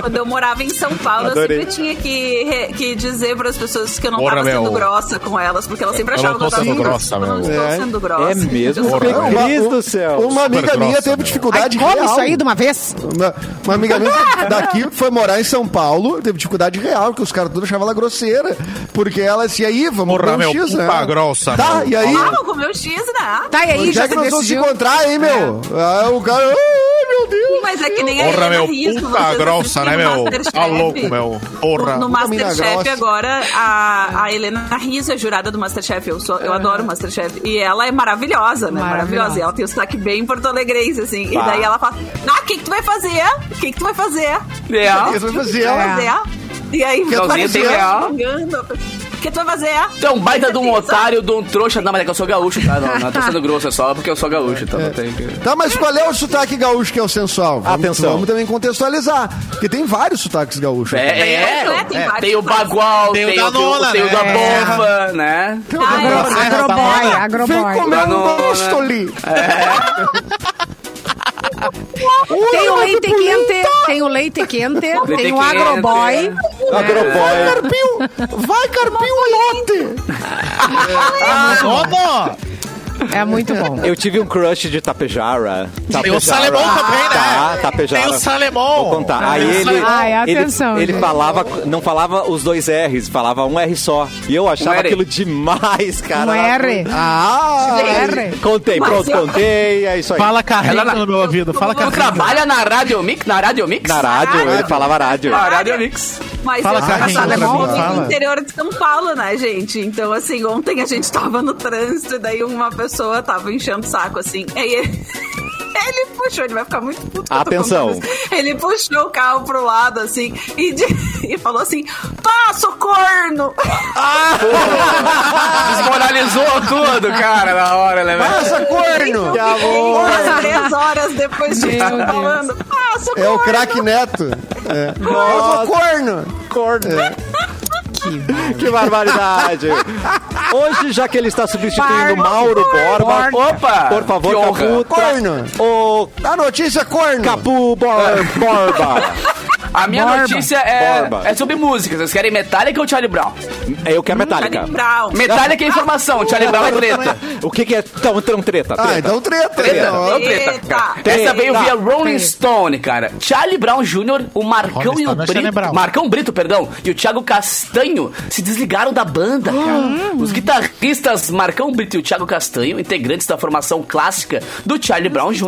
C: Quando eu morava em São Paulo,
A: Adorei.
C: eu sempre tinha que, re- que dizer para as pessoas que eu não
E: Porra,
C: tava sendo
E: meu.
C: grossa com elas, porque elas sempre
E: Eu
C: achavam que
E: não
C: eu
E: tô
C: tava
E: sendo
C: sendo grossa.
E: grossa,
C: Eu não
E: meu.
C: estou
D: É.
C: sendo grossa.
A: É mesmo?
C: Eu sou
A: Porra.
C: grossa.
A: Cris do céu.
D: Uma amiga
E: Super
D: minha
E: grossa,
D: teve
E: meu.
B: Ai,
D: dificuldade
B: come
D: real.
B: isso aí de uma vez.
D: Uma, uma amiga minha daqui foi morar em São Paulo, teve dificuldade real, que os caras tudo achavam ela grosseira. Porque ela disse, e aí, vamos
E: Porra,
D: comer um
E: meu,
D: X, né?
E: puta grossa,
D: Tá,
E: meu.
D: e aí?
C: Ah, vou comer o X, né?
B: Tá, e aí
D: Já
B: já se
D: é que nós vamos se
B: decidiu. É.
D: encontrar, hein, meu? Aí o cara, ai, meu Deus.
C: Mas é que nem a
E: Porra,
C: Helena
E: meu,
C: Risco,
E: puta
C: vocês
E: grossa, né,
C: assistem
E: meu?
C: é Masterchef.
E: Tá louco, meu. Porra.
C: No, no
D: Puta mina
C: Masterchef
D: grossa.
C: agora, a, a Helena Rizzo é jurada do Masterchef. Eu, sou, eu adoro Masterchef. E ela é maravilhosa, né?
B: Maravilhosa.
C: Maravilhosa. E ela tem o sotaque bem porto-alegrense, assim.
E: Tá.
C: E daí ela fala, ah, o que que tu vai fazer? O que que tu vai fazer?
G: Real.
D: Isso vai fazer
C: Tu
D: ela.
C: vai fazer?
E: É.
C: E aí,
D: tu vai
C: parece que
G: fazer?
C: ela tá xingando. O que tu vai fazer?
G: Tu é um baita de um otário, de um trouxa. Não, mas é que eu sou gaúcho, tá? Não, não tô sendo grosso, é só porque eu sou gaúcho, então
B: É.
G: não tem que...
D: Tá, mas qual é o sotaque gaúcho que é o sensual? Vamos,
A: Atenção.
D: Vamos também contextualizar, porque tem vários sotaques gaúchos.
G: É, é,
B: um
C: né? Tem
G: é.
C: vários
G: tem o
C: tipos.
G: bagual, tem,
E: Tem o
G: o,
E: Danona,
G: tem o
E: né?
G: da
B: É.
G: bomba, né?
C: Ah, eu
E: grossa. É,
B: Agroboy,
D: um Vem
B: agroboy.
D: comer um
E: né?
G: Danona.
D: bostoli.
B: Tem o leite quente, tem o leite quente, tem o
G: quente,
B: agroboy.
E: É.
A: Agroboy.
D: Carpinho, vai, Carpinho, lote.
E: Ô, Dó,
B: É muito bom.
A: Eu tive um crush de Tapejara. Tapejara.
E: Tem o Salemon também, né?
A: Tá, Tapejara.
E: Tem o Salemon.
A: Vou contar. Aí
E: Tem o
A: ele,
E: Salemon.
B: Ai,
A: ele,
B: atenção,
A: ele
B: gente.
A: falava, não falava os dois R's, falava um R só. E eu achava
G: Um R.
A: aquilo demais, cara.
B: Um R. Um
A: Ah!
B: R.
A: Contei,
C: Mas
A: pronto,
C: eu-
A: contei, é isso aí.
E: Fala carrinho
G: Ela-
E: no meu ouvido. Fala
G: Tu
E: carrinho.
G: trabalha na Radio Mix? Na Radio Mix?
A: Na rádio, ele falava rádio.
G: Na Radio Mix.
C: Mas é
E: Fala,
C: eu
E: Carlinhos,
C: passava
E: pra mim,
C: no
E: fala.
C: interior de São Paulo, né, gente? Então, assim, ontem a gente tava no trânsito e daí uma pessoa tava enchendo o saco, assim. Aí ele... [LAUGHS] ele puxou, ele vai ficar muito puto. que eu tô
A: Atenção.
C: contando isso. Ele puxou o carro pro lado, assim, e, de- [LAUGHS] e falou assim: passa o corno!
G: Ah. Desmoralizou tudo, cara, na hora, né, velho?
D: Passa
C: [LAUGHS]
D: corno!
C: Que amor! Três horas depois de [LAUGHS]
B: Meu Deus.
C: falando: passa o corno!
D: É o craque neto. É. Nossa, corno!
A: Corno. Que barbaridade. Hoje, já que ele está substituindo
B: Barno.
A: Mauro Borba,
B: Corno.
G: Opa!
A: por favor,
G: que honra.
A: Capu,
D: Corno!
A: o
D: A notícia é corno!
A: Capu
E: [LAUGHS]
A: Bor- Borba.
G: A minha
B: Borba.
G: notícia é,
A: Borba.
G: é sobre música. Vocês querem Metallica ou Charlie Brown?
A: Eu quero Metallica.
C: Charlie Brown.
G: Metallica é informação, Charlie Brown é treta.
A: O que, que é tão, tão treta?
D: Ah,
A: Treta.
D: então treta.
G: Treta,
D: então.
G: não, é treta, cara.
C: Treta.
G: Essa veio via Rolling
B: Treta.
G: Stone, cara. Charlie Brown Jr., o Marcão
E: Rolling
G: e o
E: Stone é Charlie
G: Brito.
E: Brown.
G: Marcão Brito, perdão, e o Thiago Castanho se desligaram da banda, cara. Os guitarristas Marcão Brito e o Thiago Castanho, integrantes da formação clássica do Charlie Brown Jr.,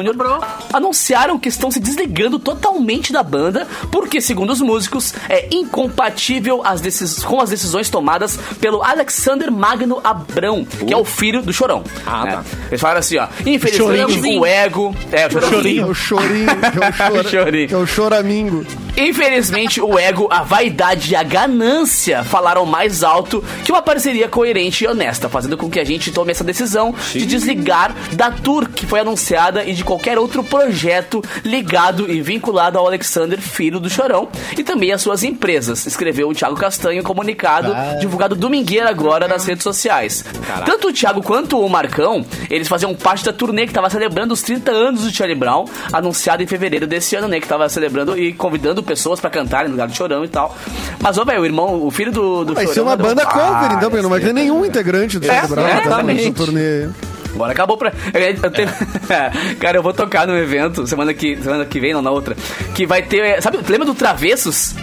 G: anunciaram que estão se desligando totalmente da banda, porque, segundo os músicos, é incompatível as decis- com as decisões tomadas pelo Alexander Magno Abrão, que é o filho do Chorão.
A: Ah,
G: né?
A: tá.
G: Eles falaram assim, ó. Infelizmente,
C: Chorinho.
G: o ego. É, o
D: É
G: chorinho.
D: o
G: [LAUGHS]
D: chorinho, que é o, chora,
G: O chorinho. Um
D: que é o choramingo.
G: Infelizmente, o ego, a vaidade e a ganância falaram mais alto que uma parceria coerente e honesta, fazendo com que a gente tome essa decisão de desligar da tour que foi anunciada e de qualquer outro projeto ligado e vinculado ao Alexander, filho do Chorão, e também às suas empresas, escreveu o Thiago Castanho em comunicado
D: Ah.
G: divulgado domingueira agora nas redes sociais. Tanto o Thiago quanto o Marcão, eles faziam parte da turnê que estava celebrando os 30 anos do Charlie Brown, anunciado em fevereiro desse ano, né? Que tava celebrando e convidando pessoas pra cantarem no lugar do Chorão e tal. Mas, ô, velho, o irmão, o filho do, do
D: Vai
G: Chorão
D: ser é uma
G: mandou
D: banda cover,
G: várias
D: então, porque não vai ter nenhum integrante do
G: Ah, É,
D: Charlie Brown. tá fazendo
G: exatamente.
D: essa turnê aí.
G: Agora acabou pra. [LAUGHS] É, Eu tenho- É, Cara, eu vou tocar num evento semana que, semana que vem, não na outra. Que vai ter. é, Sabe, lembra do Travessos?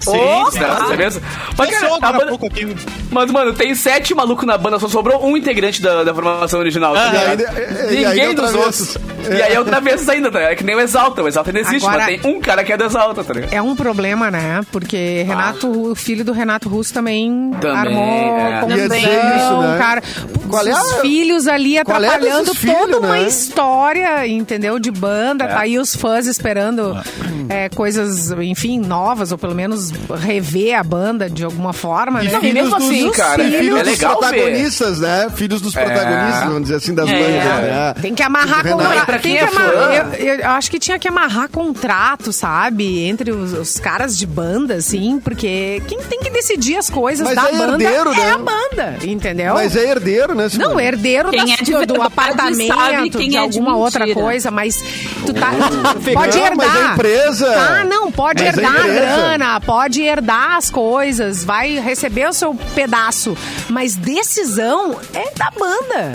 E: Sim, sim.
G: Né, Travessos? Mas,
E: Passou
G: cara, a
E: agora há
G: banda-
E: pouco aqui.
G: mas, mano, tem sete malucos na banda, só sobrou um integrante da, da formação original. tá
E: Ah,
G: ligado?
D: e aí- e- e aí
G: Ninguém
D: é o
G: dos
D: Travessos.
G: outros. E aí é o Travessos ainda, tá? ligado? É que nem o Exalta. O Exalta ainda existe,
B: Agora-
G: mas tem um cara que é do Exalta, tá ligado?
B: É um problema, né? Porque Renato,
D: Ah.
B: o filho do Renato Russo também,
G: Também,
B: armou
G: é.
D: Ia
B: confusão,
D: dizer isso, né?
B: cara.
D: Qual é
B: os
D: a-
B: filhos ali
D: qual é
B: atrapalhando
D: desses
B: toda
D: filhos,
B: uma
D: né? É.
B: história, entendeu? De banda, tá aí os fãs esperando
D: Ah.
B: é, coisas, enfim, novas, ou pelo menos rever a banda de alguma forma, né?
G: Não, e mesmo assim, cara,
B: filhos
D: Filhos
G: é
D: dos
G: legal ver. É.
D: protagonistas, né? Filhos dos protagonistas, vamos dizer assim, das bandas, né?
B: Tem que amarrar
D: Renato.
B: contrato.
G: E pra quem
B: tem que
G: é
B: amarrar-
G: fã-
B: eu, eu acho que tinha que amarrar contrato, sabe? Entre os, os caras de banda, assim, porque quem tem que decidir as coisas
D: Mas
B: da
D: é
B: banda
D: herdeiro,
B: é
D: né?
B: a banda,
G: então?
B: entendeu?
D: Mas é herdeiro, né? Simone?
B: Não, herdeiro
C: Quem
B: da-
C: é de
B: do
C: verdade
B: apartamento,
C: sabe quem
B: de
C: é de
B: alguma outra
C: mentira.
B: coisa, mas tu tá. [LAUGHS] tu pode
D: Não,
B: herdar.
D: mas é empresa.
B: Tá, não, pode
D: Mas é
B: herdar a
D: empresa.
B: grana, pode herdar as coisas, vai receber o seu pedaço. Mas decisão é da banda.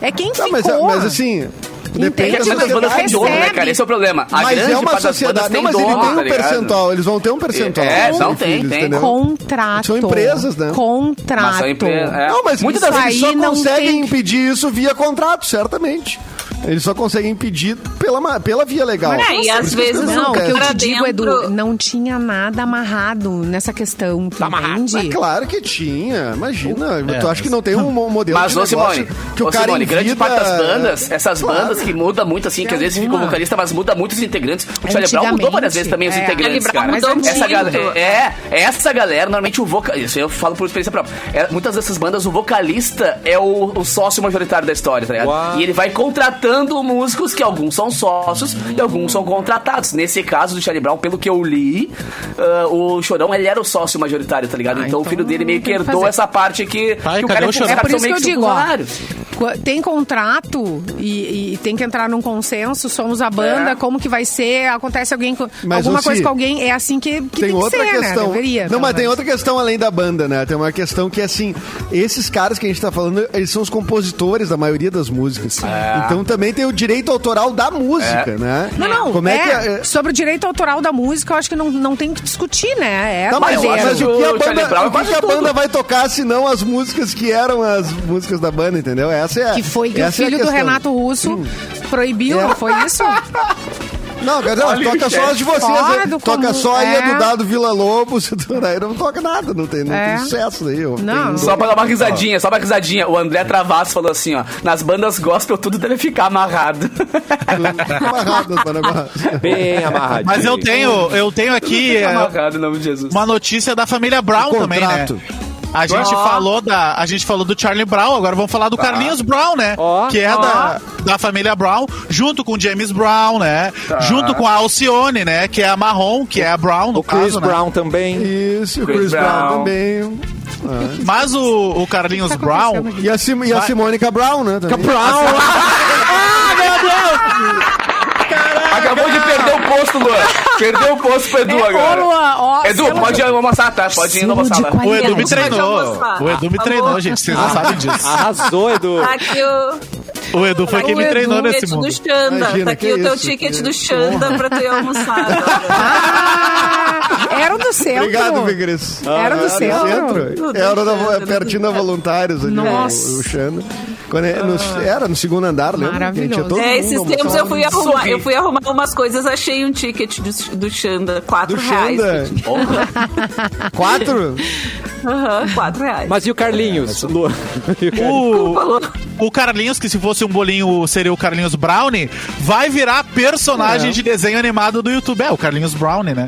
B: É quem
D: Tá,
B: ficou.
D: mas, mas assim, depende
B: Entende?
D: da
G: Mas É as bandas têm
D: sociedade.
G: dono, né,
B: Recebe.
G: cara? Esse é o problema. A
D: Mas
G: grande
D: é
G: parte
D: uma
G: das
D: sociedade.
G: bandas
D: Não, mas
G: dono,
D: ele tem um
G: tá ligado?
D: percentual. Eles vão ter um percentual.
G: É, não,
D: Filhos,
G: tem, tem.
D: entendeu?
B: Contrato.
D: São empresas, né?
B: Contrato.
G: Mas são empresas, é.
D: Não, mas
G: Muitas
D: muitas
B: das
D: das
B: vezes
D: eles
B: aí
D: só
B: não
D: conseguem
B: tem-
D: impedir isso via contrato, certamente. Eles só conseguem impedir pela, ma- pela via legal.
C: É, e às vezes
B: Não,
C: o
B: o que eu
C: cara
B: te digo,
C: dentro-
B: Edu, não tinha nada amarrado nessa questão,
G: Tá
B: tu
D: Mas
B: entende?
D: claro que tinha, imagina.
E: É,
D: tu acha que não tem um mo- modelo
G: Mas,
D: de
G: ô
D: negócio
G: Simone,
D: que o
G: ô,
D: cara
G: Simone,
D: em
G: grande
D: vida-
G: parte das bandas, essas
D: Claro.
G: bandas que muda muito, assim, que às vezes fica o
B: alguma.
G: vocalista, mas muda muito os integrantes. O Charlie Brown mudou
B: Antigamente,
G: várias vezes também os
B: é.
G: integrantes,
C: Charlie Brown
G: cara.
C: mudou
G: essa
C: muito.
G: galera, é, essa galera, normalmente o vocalista, isso eu falo por experiência própria, É, muitas dessas bandas o vocalista é o, o sócio majoritário da história, tá ligado?
A: Uau.
G: E ele vai contratando músicos que alguns são sócios e alguns são contratados. Nesse caso do Charlie Brown, pelo que eu li, ah, o Chorão, ele era o sócio majoritário, tá ligado? então, o
B: então
G: filho dele
B: não
G: meio
B: tem
G: que
B: o que
G: herdou
B: fazer.
G: essa parte que,
E: Ai,
G: que o
E: cadê
G: cara
E: o
G: os
E: Chorão?
G: caras
B: É por
G: são
B: isso
G: meio
B: que eu digo, ó,
G: funcionários.
B: Qu- Tem contrato e, e tem que entrar num consenso, somos a banda,
G: É.
B: como que vai ser, acontece alguém com,
D: Mas,
B: alguma
D: ô,
B: coisa
D: Ci,
B: com alguém, é assim que, que tem,
D: tem
B: que
D: outra
B: ser,
D: questão.
B: né? Deveria,
D: não,
B: pelo
D: mas tem
B: menos.
D: outra questão além da banda, né? Tem uma questão que, assim, esses caras que a gente tá falando, eles são os compositores da maioria das músicas.
G: É.
D: Então também tem o direito autoral da música, né?
B: Não, não,
D: Como é, que.
B: é, sobre o direito autoral da música, eu acho que não, não tem que discutir, né? É
D: Tá, mas,
B: bandeira.
D: mas o que a
G: O Charlie
D: banda,
G: Brown
D: o que
G: faz
D: que a
G: tudo.
D: banda vai tocar se não as músicas que eram as músicas da banda, entendeu? Essa é
B: Que foi que o
D: essa é a
B: filho do
D: questão.
B: Renato Russo proibiu,
D: É.
B: não
D: [LAUGHS]
B: foi isso?
D: Não, quer dizer, toca só as de vocês.
B: Fora
D: né?
B: do
D: toca
B: comum,
D: só aí a
B: é.
D: do Dado Vila Lobos. [LAUGHS] do- Aí não toca nada, não tem, não
B: É.
D: tem sucesso aí. Não,
B: Não.
G: Só pra dar uma risadinha, só pra dar uma risadinha. O André Travasso falou assim, ó. Nas bandas gospel, tudo deve ficar amarrado.
A: [LAUGHS]
G: [LAUGHS]
A: Bem amarradinho.
E: Mas eu tenho, eu tenho aqui é,
G: amarrado em nome de Jesus.
E: uma notícia da família Brown também, né?
D: contrato.
E: A gente, falou da, a gente falou do Charlie Brown, agora vamos falar do Carlinhos Brown, né?
A: Ó.
E: que é da, da família Brown, junto com o James Brown, né? Junto com a Alcione, né? Que é a Marrom, que é a Brown, no
A: O Chris
E: caso, né?
A: Brown também.
D: Isso, o
G: Chris
D: Chris, Brown,
G: Brown.
D: também.
E: Mas o, o
B: Tá
E: Carlinhos
A: tá
E: Brown,
D: E a, Sim, e a Simônica Brown, né? também.
G: Acabou de perder o posto, Luan. Perdeu o posto pro Edu agora.
B: É, Ô, Luan, ó,
G: Edu,
B: pela-
G: pode ir almoçar, tá? Pode ir
B: Selo
G: almoçar
B: de
G: lá.
E: o
B: qualidade.
E: Edu me
C: Pode
E: treinou.
C: almoçar.
E: O Edu me
A: Tá
C: Por
E: treinou,
C: favor.
E: gente. Vocês não sabem disso.
A: Arrasou, Edu.
C: Tá aqui o,
E: O Edu foi quem
C: o
E: me
C: Edu,
E: treinou nesse
C: ticket
E: mundo.
C: do Xanda.
D: Imagina,
C: tá aqui
D: que
C: o teu
D: isso,
C: ticket
D: que-
C: do Xanda pra tu ir almoçar. agora.
B: Ah, era o do centro. [LAUGHS]
D: Obrigado, Vigris.
B: Ah,
D: É,
B: Era do centro.
C: Tudo
D: Era da,
C: do centro,
D: pertinho da
C: tudo.
D: Voluntários ali,
B: Nossa.
D: o, o Xana. Quando é- no- era no segundo andar, lembra?
B: Maravilhoso.
D: Tinha [LAUGHS] todo
C: É,
D: mundo
C: esses
D: almoçando.
C: tempos eu fui, arrumar,
G: Sorri.
C: eu fui arrumar umas coisas, achei um ticket do, do Xanda, 4
D: Do
C: reais.
D: Xanda. Quatro?
C: Aham, 4 reais.
A: Mas e o Carlinhos? Luan?
E: O,
C: Falou.
E: o Carlinhos, que se fosse um bolinho seria o Carlinhos Brownie, vai virar personagem
C: É.
E: de desenho animado do YouTube. É, o Carlinhos Brownie, né?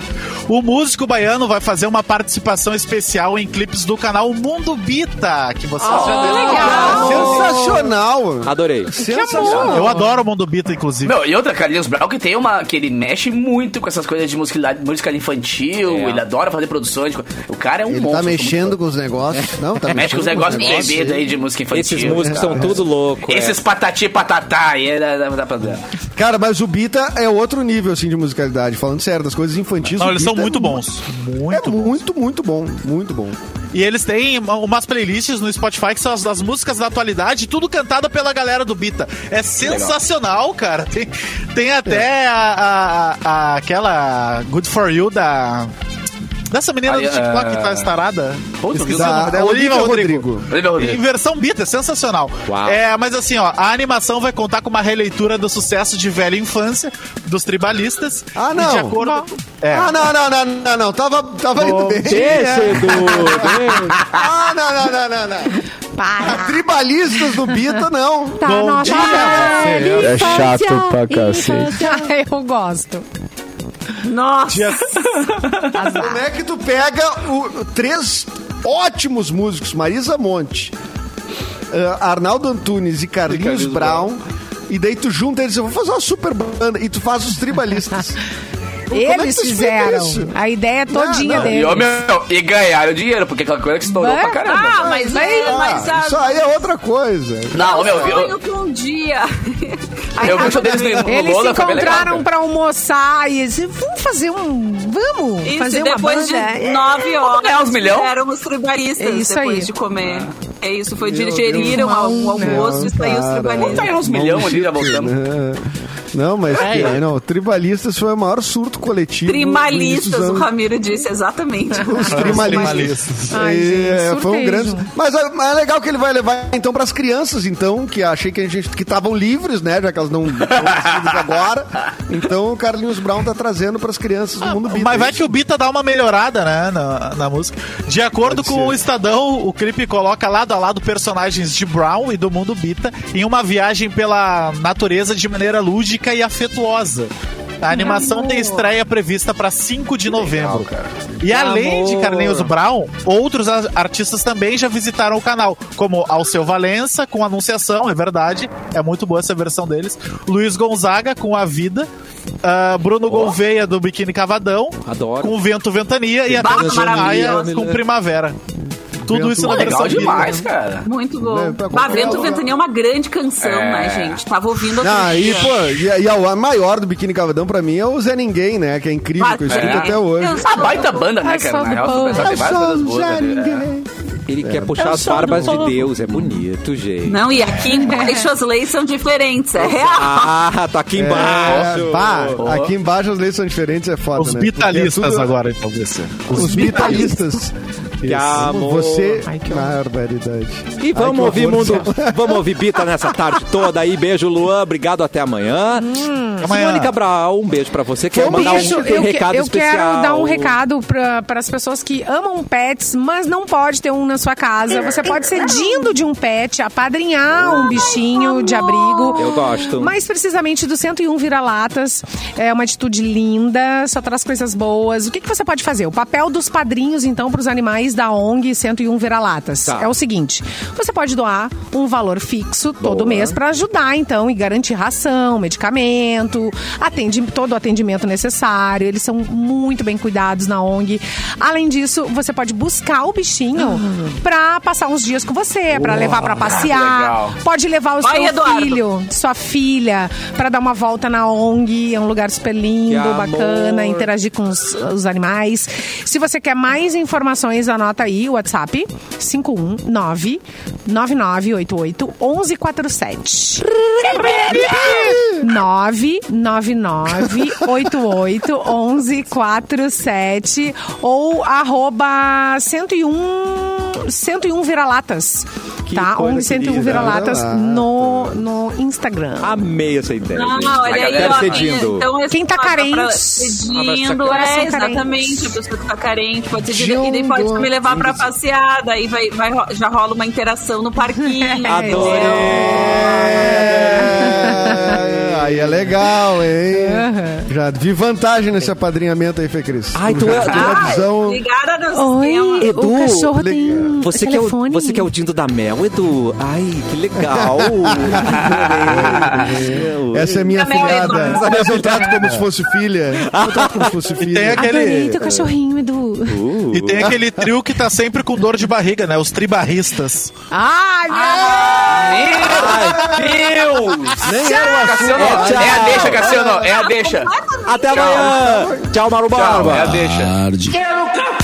E: O músico baiano vai fazer uma participação especial em clipes do canal Mundo Bita, que vocês já devem
D: Ah, Sensacional.
A: Adorei.
D: Sensacional.
E: Eu adoro o Mundo Bita, inclusive.
G: Meu, e outra, Carlinhos Brown, que tem uma. que ele mexe muito com essas coisas de música, música infantil,
A: É.
G: ele adora fazer produções. O cara é um
D: Ele
G: monstro.
D: tá mexendo com os negócios. Não, tá
G: [LAUGHS] Mexe com os
D: mexendo
G: negócios de
D: negócios.
G: bebê aí de música infantil. É.
A: Esses músicos
D: É.
A: são tudo
B: é?
A: louco. é.
G: Esses patati e patatá, e era, dá- dá problema.
D: Cara, mas o Bita é outro nível, assim, de musicalidade. Falando sério, das coisas infantis.
E: Não,
D: o
E: eles
D: Bita
E: são muito
D: é
E: bons.
D: Muito,
E: Muito
D: é
E: bons.
D: muito, muito bom. Muito bom.
E: E eles têm uma- umas playlists no Spotify que são as das músicas da atualidade, tudo cantada pela galera do Bita. É sensacional, cara. Tem, tem até a, a- a- aquela Good For You da... Dessa menina
G: Aí,
E: do TikTok que tá
G: é,
E: estarada.
G: Pô, tu
E: Esqueci
G: viu?
E: o nome
D: Da-
E: dela.
D: da
E: Olivia
D: Olivia
E: Rodrigo.
D: Rodrigo.
G: Olivia Rodrigo.
E: Em versão Bita, é sensacional.
A: Uau.
E: É, mas assim, ó, a animação vai contar com uma releitura do sucesso de Velha Infância, dos tribalistas.
D: Ah,
E: e
D: não.
E: de acordo... É.
D: Ah, não, não, não, não, não. Tava, tava indo bem. É.
A: Deixa, Edu. deixa.
D: Ah, não, não, não, não, não.
B: Para.
D: Tribalistas do Bita, não.
B: Tá
E: Bom
B: nossa
E: dia,
B: velha
I: É chato
B: infância,
I: pra cacete.
B: infância. Ah, Eu gosto.
C: Nossa,
E: Dia
D: Como é que tu pega o, três ótimos músicos, Marisa Monte, ah, Arnaldo Antunes e Carlinhos, Brown, e daí tu junta eles, eu vou fazer uma super banda, e tu faz os tribalistas. é que
B: Eles
D: vocês
B: fizeram.
D: fizeram isso?
B: A ideia todinha
D: Não, não.
G: E,
B: deles.
G: ó, meu, e ganharam dinheiro, porque aquela coisa que estourou
B: Vai?
G: pra caramba.
C: ah, mas, é, Ah, mas
D: Ah,
C: a,
D: Isso aí é outra coisa.
G: Não, meu, eu,
C: sonho que um dia.
B: [LAUGHS]
G: eu vi o show deles no, no
B: Eles
G: Lola,
B: se
G: foi bem legal, né?
B: encontraram
G: cara.
B: pra almoçar e eles vamos fazer um. Vamos
C: Isso,
B: fazer uma
C: depois
B: banda.
C: de
B: É.
C: nove horas.
G: ganhar uns milhão?
C: Eram os tribalistas
B: É isso
C: depois
B: aí.
C: de comer. É isso, foi
D: Meu
C: digeriram
D: Deus,
C: ao- o
D: não,
C: almoço e saiu os
D: cara.
G: Tá aí
C: tribalistas.
G: uns milhão ali, já
B: né?
G: voltamos.
D: É. Não, mas que- não, tribalistas foi o maior surto coletivo. no início dos
C: Trimalistas, o
D: anos-
C: Ramiro disse,
D: [LAUGHS]
C: exatamente.
D: Os trimalistas.
E: Trimalistas.
B: Ai,
D: E,
B: gente,
D: é, foi um
B: surtejo.
D: grande. Mas é, mas é legal que ele vai levar então para as crianças, então, que achei que a gente que estavam livres, né, já que elas não estão vestidas agora. Então o Carlinhos Brown tá trazendo para as crianças do mundo beat.
E: Mas vai que o Bita dá uma melhorada, né, na, na música. De acordo com o Estadão, o clipe coloca lado a lado personagens de Brown e do mundo Bita em uma viagem pela natureza de maneira lúdica e afetuosa. A animação tem estreia prevista para 5 de novembro. E além de Carlinhos Brown, outros a- artistas também já visitaram o canal, como Alceu Valença com Anunciação, é verdade, é muito boa essa versão deles. Luiz Gonzaga com A Vida, ah, Bruno Gouveia do Biquíni Cavadão,
A: Adoro.
E: com Vento Ventania e até
C: Bah,
E: Tim Maia
C: maravilhoso.
E: com Primavera. tudo isso na
G: Pô, legal
E: versão
G: demais, né? cara.
C: Muito bom.
D: Né, pra comprar
C: Bavento
D: uma-
C: Ventania é uma grande canção,
G: É.
C: né, gente? Tava ouvindo outro
D: Ah, e,
C: dia.
D: pô, e, e a, a maior do Biquíni Cavadão pra mim é o Zé Ninguém, né? Que é incrível, que eu escuto
G: É.
D: até hoje.
C: Eu
G: Uma baita banda, né,
B: Eu
G: cara?
B: sou
G: Na
B: do
G: real, se tu
B: povo.
G: pensar, tem várias outras músicas ali, né?
A: Ele
D: É.
A: quer puxar as barbas de Deus. É bonito, gente.
C: Não, e aqui embaixo as leis são diferentes, é real.
A: Ah, tá aqui embaixo.
D: É, bah, aqui embaixo as leis são diferentes, é foda,
E: Os
D: né?
E: bitalistas
D: Porque é tudo-
E: agora, então, você.
D: Os bitalistas. Isso.
A: amor.
D: Você,
B: Ai, que horror.
D: barbaridade.
A: E vamos
D: Ai, que
A: ouvir
D: horror,
A: mundo,
D: céu.
A: vamos ouvir Bita nessa tarde toda aí. Beijo, Luan. Obrigado até amanhã.
E: Amanhã.
A: Simone Cabral, um beijo pra você. Quer
B: Um
A: mandar
B: beijo.
A: um
B: Hum. eu, que-
A: recado
B: eu
A: especial?
B: quero dar um recado para as pessoas que amam pets, mas não pode ter um na sua casa. Você pode ser dindo de um pet, apadrinhar um bichinho de abrigo.
A: Eu gosto.
B: Mais precisamente do 101 vira-latas. É uma atitude linda, só traz coisas boas. O que, que você pode fazer? O papel dos padrinhos, então, para os animais da ONG 101 vira-latas.
A: Tá.
B: É o seguinte: você pode doar um valor fixo todo
A: Boa.
B: mês para ajudar, então, e garantir ração, medicamento, atende, todo o atendimento necessário. Eles são muito bem cuidados na ONG. Além disso, você pode buscar o bichinho
A: Ah.
B: para passar uns dias com você, para levar para passear.
G: legal.
B: Pode levar o
C: Vai,
B: seu
C: Eduardo.
B: filho, sua filha, para dar uma volta na ONG. É um lugar super
A: Que
B: lindo,
A: amor.
B: bacana, interagir com os, os animais. Se você quer mais informações, anota aí o WhatsApp 519 9988 1147. 999881147 ou arroba 101 101 vira-latas.
A: Que
B: Tá?
A: coisa
B: 101
A: querida.
B: vira-latas no, no Instagram.
A: Amei essa ideia. gente.
C: Ah, olha aí,
A: Quero
C: ó,
A: pedindo.
C: então, assim,
B: Quem tá
C: ó, dá pra-
B: carente.
C: Pedindo,
B: Coração
C: é,
B: carente.
C: exatamente. A pessoa que tá carente pode ser direto. E daí
D: Gildo.
C: pode me levar pra passear. Daí vai, vai, ro- já rola uma interação no parquinho.
D: [LAUGHS]
A: Adorei.
D: [LAUGHS] É, aí é legal, hein? Já vi vantagem nesse apadrinhamento aí, Fê Cris.
A: Ai, tu é-
D: Já
A: tu
D: tive
A: é-
D: uma visão-
C: Ligada no
B: Oi,
C: sistema.
A: Edu,
B: é o cachorro
D: legal.
B: tem
A: Você que, é o,
B: telefone.
A: você que é o Dindo da Mel, Edu. Ai, que legal. Adorei, meu.
D: Essa é minha
C: Também é
D: filhada.
C: legal.
D: Mas eu trato como se fosse filha. Eu trato como se fosse filha.
E: tem aquele-
B: Adorei teu cachorrinho, é Edu.
A: Uh.
E: E tem aquele trio que tá sempre com dor de barriga, né? Os tribarristas.
B: Ai,
A: Ah, Ai, Deus!
D: Nem era o assunto.
G: Cassiano, é a deixa, Cassiano, é a deixa.
A: Até amanhã. Tchau, Maru
G: Tchau, é a
A: Borba.
G: deixa.
H: Tarde.
F: Quero café!